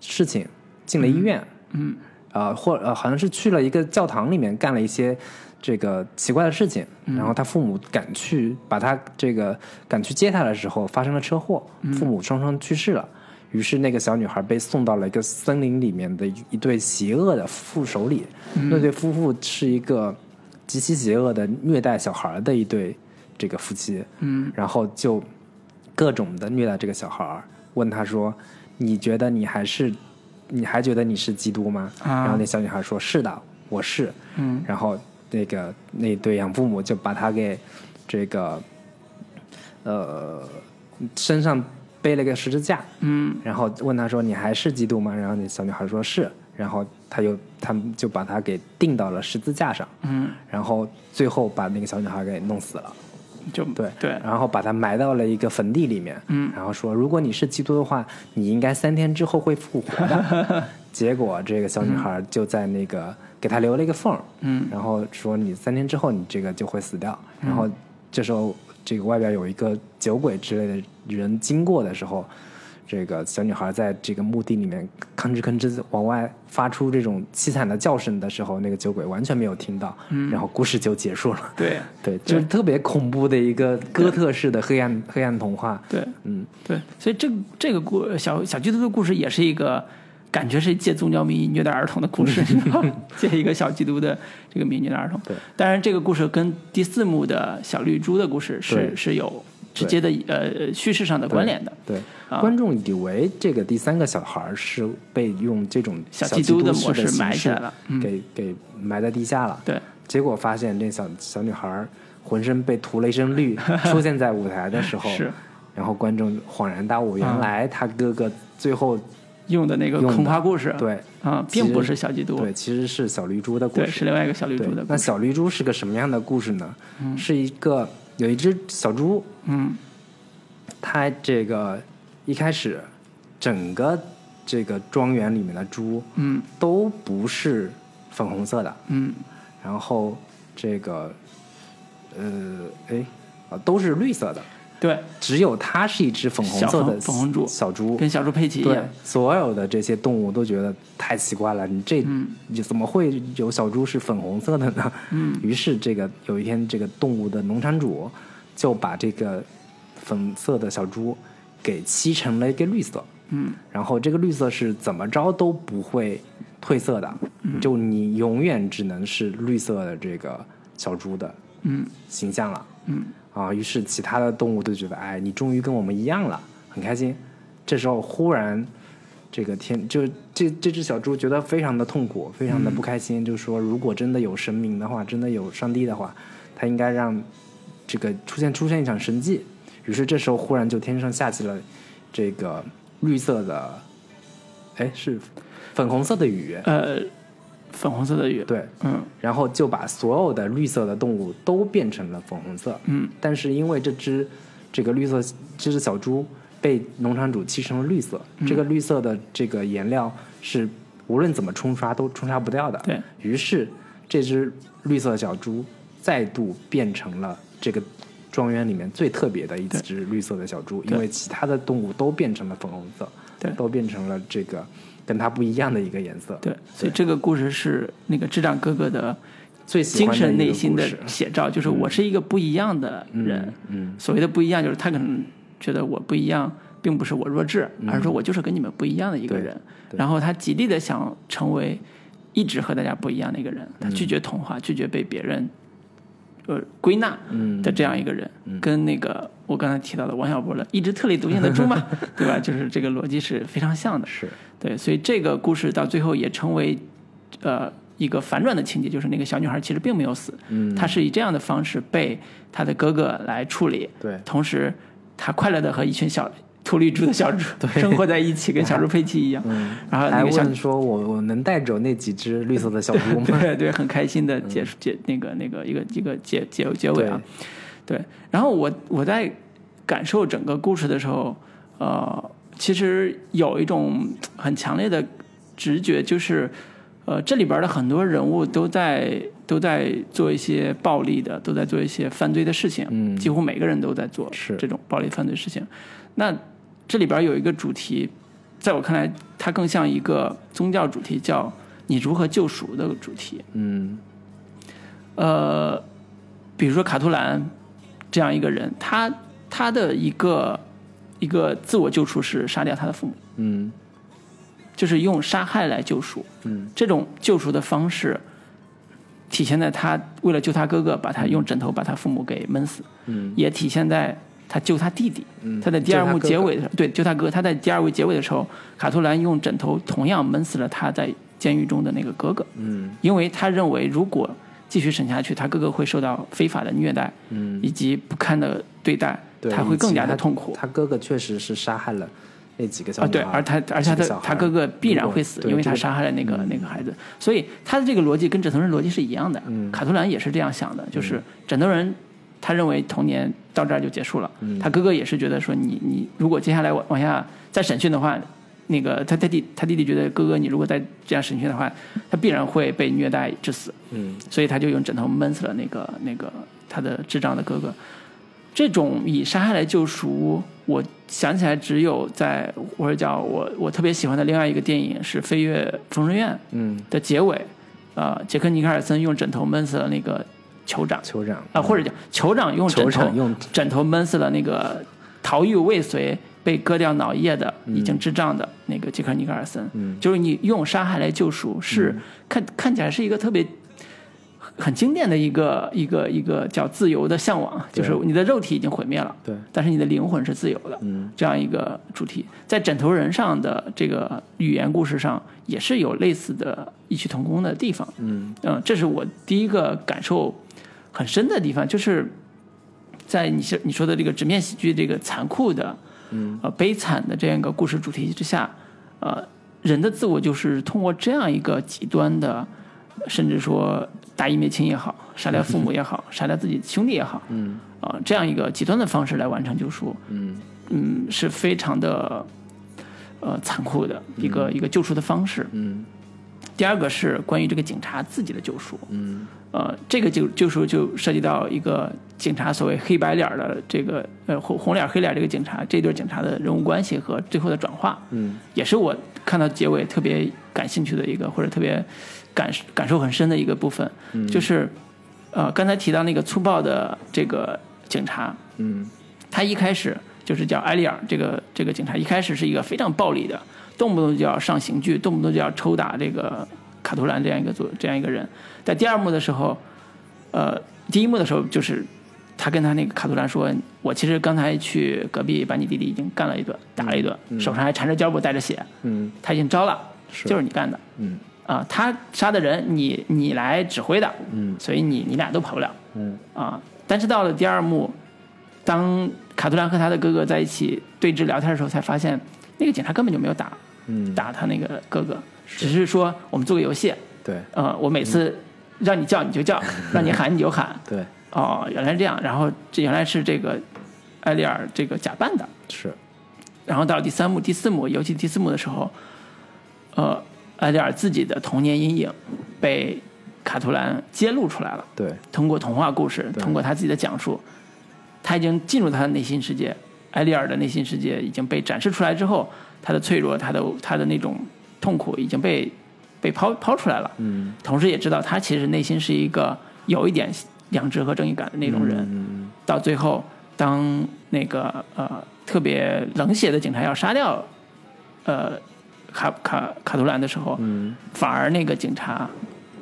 事情进了医院，嗯啊、或呃好像是去了一个教堂里面干了一些这个奇怪的事情，然后他父母赶去把他这个赶去接他的时候发生了车祸，父母双双去世了。于是那个小女孩被送到了一个森林里面的一一对邪恶的夫妇手里，那对夫妇是一个极其邪恶的虐待小孩的一对这个夫妻，嗯，然后就各种的虐待这个小孩儿，问他说：“你觉得你还是，你还觉得你是基督吗？”啊然后那小女孩说：“是的，我是。”嗯，然后那个那对养父母就把他给这个呃身上背了个十字架，嗯然后问他说：“你还是基督吗？”然后那小女孩说：“是。”然后他又他们就把他给钉到了十字架上，嗯，然后最后把那个小女孩给弄死了。就对嗯对，然后把他埋到了一个坟地里面，嗯然后说如果你是基督的话，你应该三天之后会复 [laughs] 活的。结果这个小女孩就在那个、给他留了一个缝儿，嗯然后说你三天之后你这个就会死掉。然后这时候这个外边有一个酒鬼之类的人经过的时候，这个小女孩在这个墓地里面吭哧吭哧往外发出这种凄惨的叫声的时候，那个酒鬼完全没有听到，嗯然后故事就结束了。对对，就是特别恐怖的一个哥特式的黑暗黑暗童话。对嗯，对，所以这个这个故小小基督的故事也是一个。感觉是借宗教名义虐待儿童的故 [laughs] 事，你知道吗借一个小基督的这个名义虐待儿童。对，当然这个故事跟第四幕的小绿猪的故事是对是有直接的呃叙事上的关联的。对，啊观众以为这个第三个小孩儿是被用这种小基基督的式模式形埋起式来了嗯给给埋在地下了。对，结果发现这小小女孩儿浑身被涂了一 [laughs] 身绿，出现在舞台的时候，是啊然后观众恍然大悟，原来他哥哥最后用的那个用的童话故事，对啊，其实并不是小基督，对其实是小绿猪的故对，事，是另外一个小绿对猪的故那事。小绿猪是个什么样的故事呢？是一个有一只小猪，嗯它这个一开始整个这个庄园里面的猪嗯都不是粉红色的，嗯然后这个呃哎啊都是绿色的，对，只有它是一只粉红色的小粉红猪小猪，跟小猪佩奇一对样，，所有的这些动物都觉得太奇怪了，你这、嗯你怎么会有小猪是粉红色的呢？嗯于是这个有一天，这个动物的农场主就把这个粉色的小猪给漆成了一个绿色，嗯然后这个绿色是怎么着都不会褪色的，嗯就你永远只能是绿色的这个小猪的嗯形象了。嗯，啊，于是其他的动物都觉得，哎，你终于跟我们一样了，很开心。这时候忽然，这个天就这这只小猪觉得非常的痛苦，非常的不开心，就说如果真的有神明的话，真的有上帝的话，他应该让这个出现出现一场神迹。于是这时候忽然就天上下起了这个绿色的，哎，是粉红色的雨，呃，粉红色的雨，对，嗯然后就把所有的绿色的动物都变成了粉红色。嗯，但是因为这只这个绿色这只小猪被农场主漆成了绿色，嗯这个绿色的这个颜料是无论怎么冲刷都冲刷不掉的。对，于是这只绿色小猪再度变成了这个。庄园里面最特别的一只绿色的小猪，因为其他的动物都变成了粉红色，对都变成了这个跟它不一样的一个颜色。对，所以这个故事是那个智障哥哥的最喜欢精的神一个内心故的事写照，就是我是一个不一样的人。嗯所谓的不一样，就是他可能觉得我不一样，并不是我弱智，嗯而是说我就是跟你们不一样的一个人。然后他极力的想成为一直和大家不一样的一个人，他嗯拒绝同化，拒绝被别人呃归纳嗯的这样一个人，跟那个我刚才提到的王小波的一直特立独行的 [laughs] 猪嘛，对吧？就是这个逻辑是非常像的。是对，所以这个故事到最后也成为，呃，一个反转的情节，就是那个小女孩其实并没有死，嗯她是以这样的方式被她的哥哥来处理，对同时她快乐的和一群小秃绿猪的小 [laughs] 猪 [laughs] 生活在一起，跟小猪佩奇一样，然后那嗯还个小问说我我能带走那几只绿色的小猪吗？对对，很开心嗯的结束结那个那个一个一个结结 [laughs] 结尾啊，对。然后我我在感受整个故事的时候，呃，其实有一种很强烈的直觉，就是呃，这里边的很多人物都在都在做一些暴力的，都在做一些犯罪的事情，嗯几乎每个人都在做是这种暴力犯罪事情。那这里边有一个主题，在我看来，它更像一个宗教主题，叫“你如何救赎”的主题。嗯呃，比如说卡图兰这样一个人，他他的一个一个自我救赎是杀掉他的父母，嗯就是用杀害来救赎。嗯，这种救赎的方式体现在他为了救他哥哥，把他用枕头把他父母给闷死，嗯也体现在他救他弟弟。嗯，他在第二幕就他哥哥结尾的时候，对，就他哥，他在第二幕结尾的时候，卡图兰用枕头同样闷死了他在监狱中的那个哥哥，嗯因为他认为如果继续审下去，他哥哥会受到非法的虐待嗯，以及不堪的对待，对他会更加的痛苦他哥哥确实是杀害了那几个小啊。女对，孩而他而且他这个的小孩他哥哥必然会死如，果对嗯因为这他个杀害了那个那个孩子，所以他的这个逻辑跟枕头人逻辑是一样的。嗯卡图兰也是这样想的，就是枕头人。他认为童年到这儿就结束了，嗯他哥哥也是觉得说你你如果接下来往往下再审讯的话，那个他他弟他弟弟觉得哥哥你如果再这样审讯的话，他必然会被虐待致死，嗯所以他就用枕头闷死了那个那个他的智障的哥哥。这种以杀害来救赎，我想起来只有在或者叫我我特别喜欢的另外一个电影是《飞跃疯人院》嗯，的结尾，呃，杰克尼克尔森用枕头闷死了那个酋长啊、酋长或者叫酋长用枕头酋长用枕头闷死了那个逃狱未遂被割掉脑叶的、已经智障的那个杰克尼克尔森，嗯就是你用杀害来救赎，是、看看起来是一个特别很经典的一个一个一个叫自由的向往，就对是你的肉体已经毁灭了，对，但是你的灵魂是自由的，嗯这样一个主题，在枕头人上的这个语言故事上也是有类似的异曲同工的地方，嗯嗯，这是我第一个感受很深的地方，就是在你说你说的这个直面喜剧这个残酷的、嗯呃悲惨的这样一个故事主题之下，呃，人的自我就是通过这样一个极端的，甚至说大义灭亲也好，杀掉父母也好，杀掉自己兄弟也好，嗯啊、这样一个极端的方式来完成救赎，嗯嗯，是非常的呃残酷的一个、一个救赎的方式。嗯第二个是关于这个警察自己的救赎，嗯呃，这个就救赎就涉及到一个警察所谓黑白脸儿的这个呃红红脸儿黑脸儿这个警察这对警察的人物关系和最后的转化，嗯也是我看到结尾特别感兴趣的一个或者特别感感受很深的一个部分，嗯就是呃刚才提到那个粗暴的这个警察，嗯他一开始就是叫埃利尔这个这个警察，一开始是一个非常暴力的，动不动就要上刑具，动不动就要抽打这个卡图兰这样一个做这样一个人。在第二幕的时候，呃，第一幕的时候就是他跟他那个卡图兰说：“我其实刚才去隔壁把你弟弟已经干了一顿，打了一顿，手上还缠着胶布，带着血，嗯他已经招了，是就是你干的。”嗯啊，他杀的人你你来指挥的，嗯所以你你俩都跑不了。嗯啊。但是到了第二幕，当卡图兰和他的哥哥在一起对峙聊天的时候，才发现那个警察根本就没有打嗯，打他那个哥哥，只是说我们做个游戏，对呃，我每次让你叫你就叫，嗯 [laughs] 让你喊你就喊。对哦，原来这样，然后这原来是这个埃利尔这个假扮的。是，然后到第三幕、第四幕，尤其第四幕的时候，呃，埃利尔自己的童年阴影被卡图兰揭露出来了。对通过童话故事，对通过他自己的讲述，他已经进入他的内心世界。埃利尔的内心世界已经被展示出来之后，他的脆弱，他的他的那种痛苦已经被被抛抛出来了。嗯同时也知道他其实内心是一个有一点良知和正义感的那种人。嗯到最后，当那个呃特别冷血的警察要杀掉呃卡卡卡图兰的时候，嗯反而那个警察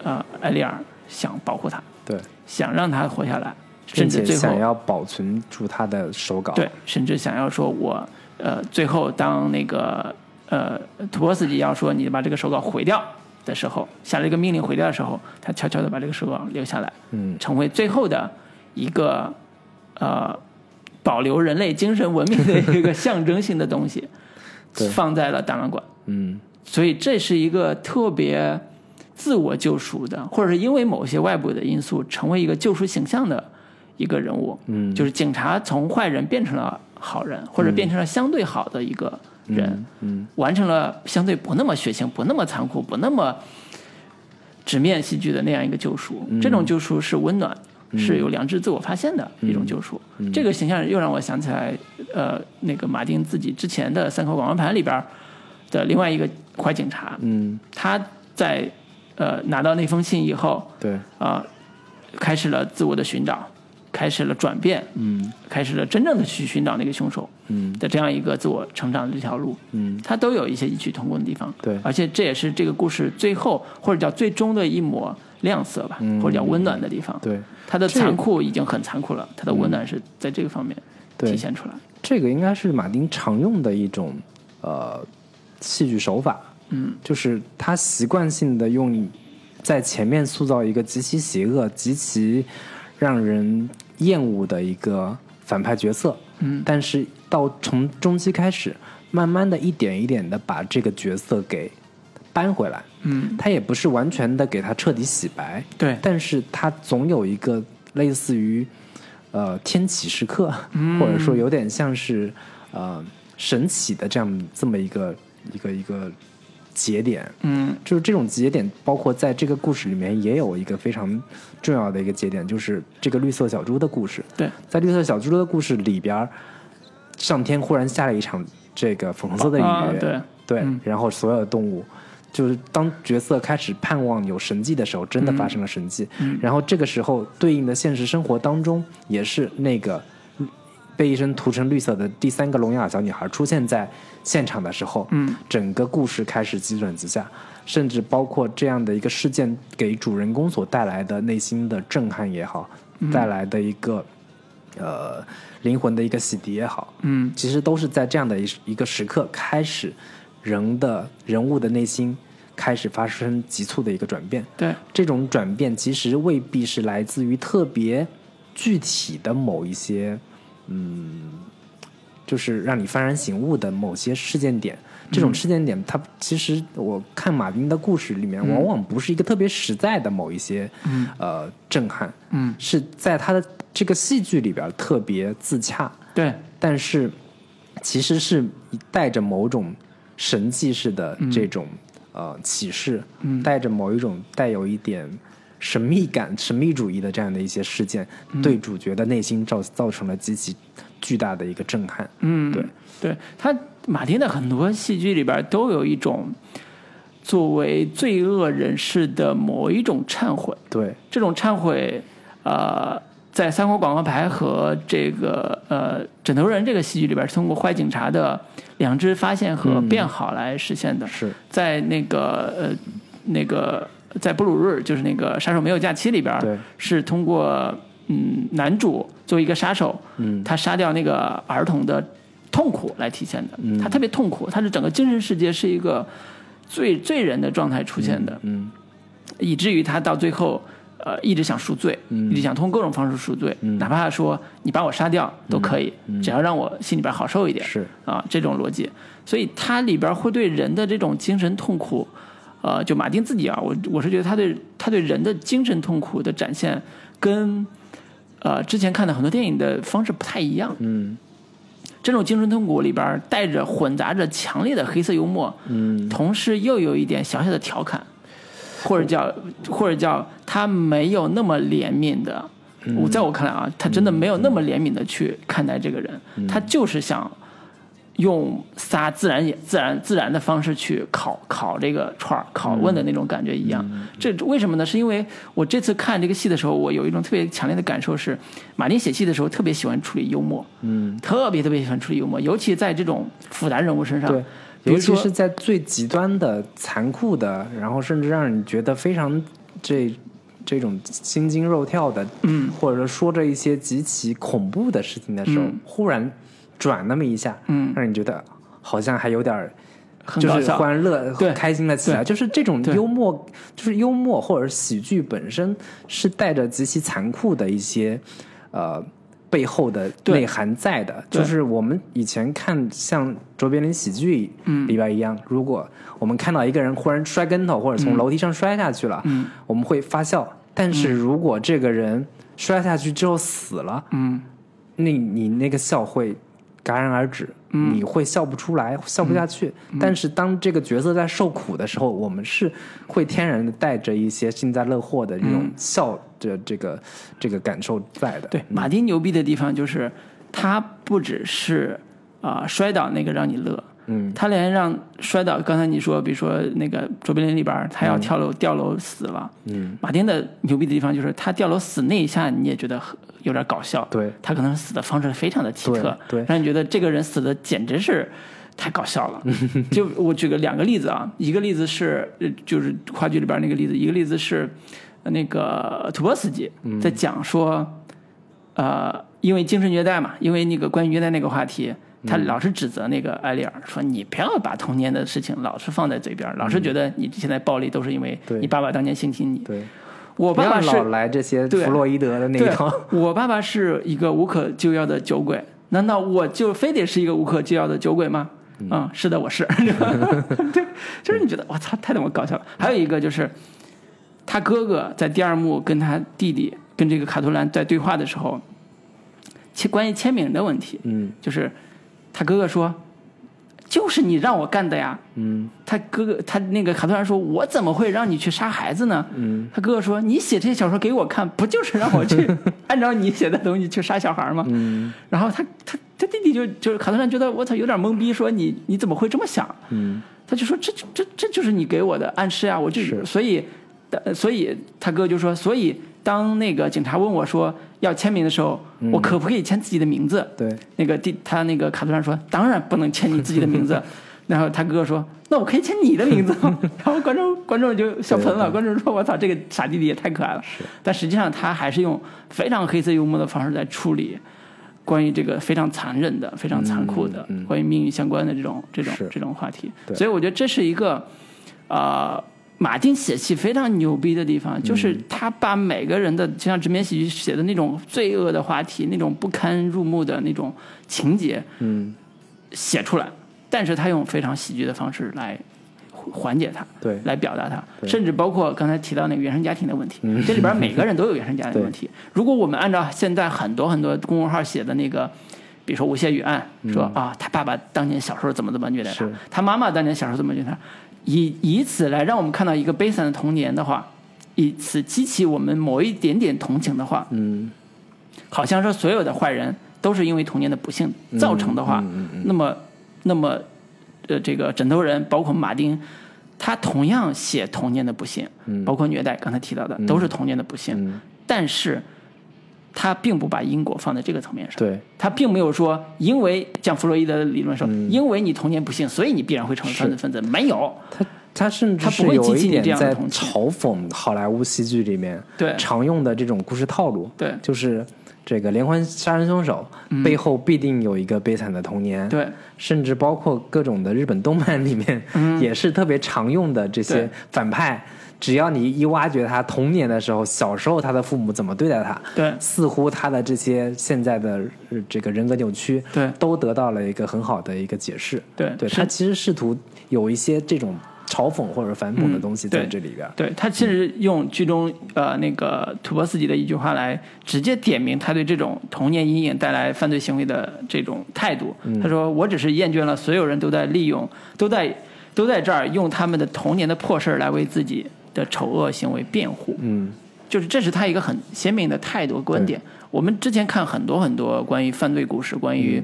呃埃利尔想保护他，对，想让他活下来，甚并至且最想后要保存住他的手稿，对，甚至想要说我呃，最后当那个呃图波斯基要说你把这个手稿毁掉，的时候，下了一个命令毁掉的时候，他悄悄地把这个时光留下来，嗯成为最后的一个呃保留人类精神文明的一个象征性的东西 [laughs] 对，放在了展览馆。嗯所以这是一个特别自我救赎的，或者是因为某些外部的因素成为一个救赎形象的一个人物。嗯，就是警察从坏人变成了好人，或者变成了相对好的一个人，嗯完成了相对不那么血腥、不那么残酷、不那么直面戏剧的那样一个救赎。嗯这种救赎是温暖，是有良知自我发现的嗯一种救赎。这个形象又让我想起来，呃，那个马丁自己之前的《三口广告盘》里边的另外一个坏警察，嗯，他在呃拿到那封信以后，对，啊、开始了自我的寻找，开始了转变，嗯开始了真正的去寻找那个凶手嗯的这样一个自我成长的这条路，嗯它都有一些异曲同工的地方。对而且这也是这个故事最后或者叫最终的一抹亮色吧，或者叫温暖的地方。，嗯对，它的这残酷已经很残酷了，它的温暖是在这个方面嗯对体现出来。这个应该是马丁常用的一种呃戏剧手法，嗯，就是他习惯性的用在前面塑造一个极其邪恶、极其让人厌恶的一个反派角色，嗯但是到从中期开始，慢慢的一点一点的把这个角色给扳回来，嗯，他也不是完全的给他彻底洗白，对，但是它总有一个类似于呃天启时刻，或者说有点像是呃神启的这样这么一个一个一个节点。嗯就是这种节点，包括在这个故事里面也有一个非常重要的一个节点，就是这个绿色小猪的故事。对，在绿色小猪的故事里边儿，上天忽然下了一场这个粉红色的雨，啊对对嗯然后所有的动物，就是当角色开始盼望有神迹的时候，真的发嗯生了神迹。然后这个时候对应的现实生活当中，也是那个被一身涂成绿色的第三个聋哑小女孩出现在现场的时候，嗯，整个故事开始急转直下，甚至包括这样的一个事件给主人公所带来的内心的震撼也好，嗯带来的一个呃灵魂的一个洗涤也好，嗯其实都是在这样的一一个时刻开始，人的人物的内心开始发生急促的一个转变。对，这种转变其实未必是来自于特别具体的某一些，嗯，就是让你幡然醒悟的某些事件点。这嗯种事件点，它其实我看马丁的故事里面，往往不是一个特别实在的某一些，嗯呃，震撼，嗯是在他的这个戏剧里边儿特别自洽，对但是其实是带着某种神迹式的这种、呃启示，带着某一种带有一点神秘感、神秘主义的这样的一些事件，对主角的内心造造成了极其巨大的一个震撼。嗯对，对他，马丁的很多戏剧里边都有一种作为罪恶人士的某一种忏悔，对，这种忏悔，呃，在《三国广告牌》和这个呃《枕头人》这个戏剧里边，是通过坏警察的良知发现和变好来实现的。是，在那个呃那个在布鲁日，就是那个《杀手没有假期》里边对，是通过嗯男主作为一个杀手，嗯他杀掉那个儿童的痛苦来体现的。嗯他特别痛苦，他的整个精神世界是一个罪罪人的状态出现的，嗯以至于他到最后。呃，一直想赎罪，嗯一直想通过各种方式赎罪，哪怕说你把我杀掉都可以，只要让我心里边好受一点。嗯是，啊，这种逻辑，所以它里边会对人的这种精神痛苦，呃，就马丁自己啊，我我是觉得他对他对人的精神痛苦的展现跟呃之前看的很多电影的方式不太一样。嗯这种精神痛苦里边带着混杂着强烈的黑色幽默，嗯，同时又有一点小小的调侃，或者叫或者叫他没有那么怜悯的。嗯我在我看来啊，他真的没有那么怜悯的去看待这个人，嗯他就是想用撒自然也自然自然的方式去烤烤这个串儿拷问的那种感觉一样。嗯这为什么呢？是因为我这次看这个戏的时候，我有一种特别强烈的感受是，马丁写戏的时候特别喜欢处理幽默，嗯，特别特别喜欢处理幽默，尤其在这种复杂人物身上对。。比尤如其啊说是在最极端的、残酷的，然后甚至让你觉得非常这这种心惊肉跳的，嗯，或者说说着一些极其恐怖的事情的时候，嗯忽然转那么一下，嗯让你觉得好像还有点儿很就搞是笑，欢乐、对开心的起来，对就是这种对幽默，就是幽默或者喜剧本身是带着极其残酷的一些呃背后的对内涵在的。对就是我们以前看像卓别林喜剧里边一样，嗯如果我们看到一个人忽然摔跟头或者从楼梯上摔下去了，嗯我们会发笑；但是如果这个人摔下去之后死了，嗯，那你那个笑会戛然而止，嗯你会笑不出来，笑不下去。但是当这个角色在受苦的时候，我们是会天然的带着一些幸灾乐祸的这种笑的这个、这个感受在的。嗯对，马丁牛逼的地方就是他不只是啊、摔倒那个让你乐，嗯，他连让摔倒，刚才你说，比如说那个卓别林里边儿，他要跳楼、掉楼死了，嗯，马丁的牛逼的地方就是他掉楼死那一下，你也觉得很有点搞笑，对他可能死的方式非常的奇特，对对让你觉得这个人死的简直是。太搞笑 [laughs] 了，就我举个两个例子啊，一个例子是呃就是话剧里边儿那个例子，一个例子是呃那个土拨斯基嗯在讲说，呃，因为精神虐待嘛，因为那个关于虐待那个话题，他嗯老是指责那个埃利尔说：“你不要把童年的事情老是放在嘴边儿，老是觉得你现在暴力都是因为嗯对你爸爸当年性侵你。对，我不爸要爸是老来这些对弗洛伊德的那一对套。， [laughs] 我爸爸是一个无可救药的酒鬼，难道我就非得是一个无可救药的酒鬼吗？嗯，是的，我 [laughs] 是。对，就是你觉得我操，太他妈搞笑了。嗯还有一个就是，他哥哥在第二幕跟他弟弟跟这个卡图兰在对话的时候，签关于签名的问题，嗯就是他哥哥说，就是你让我干的呀。嗯他哥哥，他那个卡特兰说：“我怎么会让你去杀孩子呢？”嗯，他哥哥说：“你写这些小说给我看，不就是让我 [laughs] 去按照你写的东西去杀小孩吗？”嗯然后他他他弟弟就就是卡特兰觉得我操有点懵逼，说你你怎么会这么想？嗯，他就说这这这这就是你给我的暗示啊，我就是所以，呃所以他哥就说，所以当那个警察问我说要签名的时候，嗯我可不可以签自己的名字？对，那个地他那个卡图上说，当然不能签你自己的名字。然后他哥哥说，那我可以签你的名字吗。然后观众观众就笑喷了，观众说我操，这个傻弟弟也太可爱了。但实际上他还是用非常黑色幽默的方式在处理。关于这个非常残忍的、非常残酷的、关于命运相关的这种、这种嗯是、这种话题，对所以我觉得这是一个，呃，马丁写戏非常牛逼的地嗯方，就是他把每个人的，就像《直面喜剧》写的那种罪恶的话题、那种不堪入目的那种情节嗯写出来，但是他用非常喜剧的方式来缓缓解它。对，嗯来表达它，甚至包括刚才提到那个原生家庭的问题，这里边每个人都有原生家庭的问 [laughs] 题。如果我们按照现在很多很多公众号写的那个，比如说吴谢宇案，说啊，他爸爸当年小时候怎么怎么虐待他嗯是，他妈妈当年小时候怎么虐待他，以以此来让我们看到一个悲惨的童年的话，以此激起我们某一点点同情的话，嗯好像说所有的坏人都是因为童年的不幸嗯造成的话，那么那么呃，这个枕头人包括马丁，他同样写童年的不幸，包括虐待，刚才提到的、都是童年的不幸，嗯，但是他并不把因果放在这个层面上。对，他并没有说，因为像弗洛伊德的理论说，嗯因为你童年不幸，所以你必然会成为犯罪分子，没有，他他甚至他是不会有激一起你点这样的在同情嘲讽好莱坞戏剧里面对常用的这种故事套路，对嗯就是这个连环杀人凶手、背后必定有一个悲惨的童年，，对甚至包括各种的日本动漫里面、也是特别常用的这些嗯对反派。只要你一挖掘他童年的时候，小时候他的父母怎么对待他，对似乎他的这些现在的呃这个人格扭曲，对都得到了一个很好的一个解释。对对是他其实试图有一些这种嘲讽或者反讽的东西在这里边。嗯对他其实用剧中呃那个土拨斯基的一句话来直接点明他对这种童年阴影带来犯罪行为的这种态度。他说：“我只是厌倦了所有人都在利用，都在都在这儿用他们的童年的破事儿来为自己的丑恶行为辩护。”嗯，就是这是他一个很鲜明的态度和观点。我们之前看很多很多关于犯罪故事、关于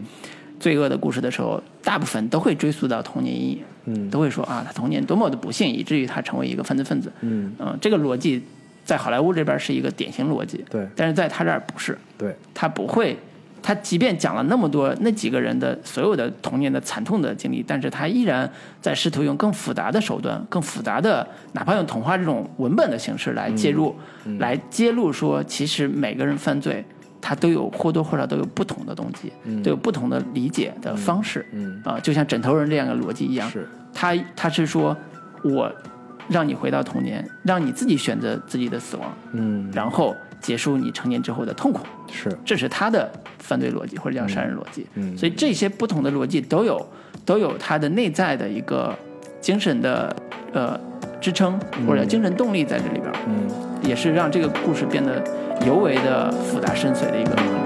罪恶的故事的时候，大部分都会追溯到童年阴影，嗯，都会说啊，他童年多么的不幸，以至于他成为一个犯罪分子，嗯、这个逻辑在好莱坞这边是一个典型逻辑，对但是在他这儿不是，对他不会，他即便讲了那么多那几个人的所有的童年的惨痛的经历，但是他依然在试图用更复杂的手段、更复杂的，哪怕用童话这种文本的形式来介入，嗯来揭露说，其实每个人犯罪。他都有或多或少都有不同的动机，都有不同的理解的方式，嗯啊、就像枕头人这样的逻辑一样，嗯是他他是说我让你回到童年，让你自己选择自己的死亡，嗯，然后结束你成年之后的痛苦。是，这是他的犯罪逻辑，或者叫杀人逻辑。嗯所以这些不同的逻辑都有都有它的内在的一个精神的呃支撑或者精神动力在这里边儿，嗯也是让这个故事变得尤为的复杂深邃的一个很重要的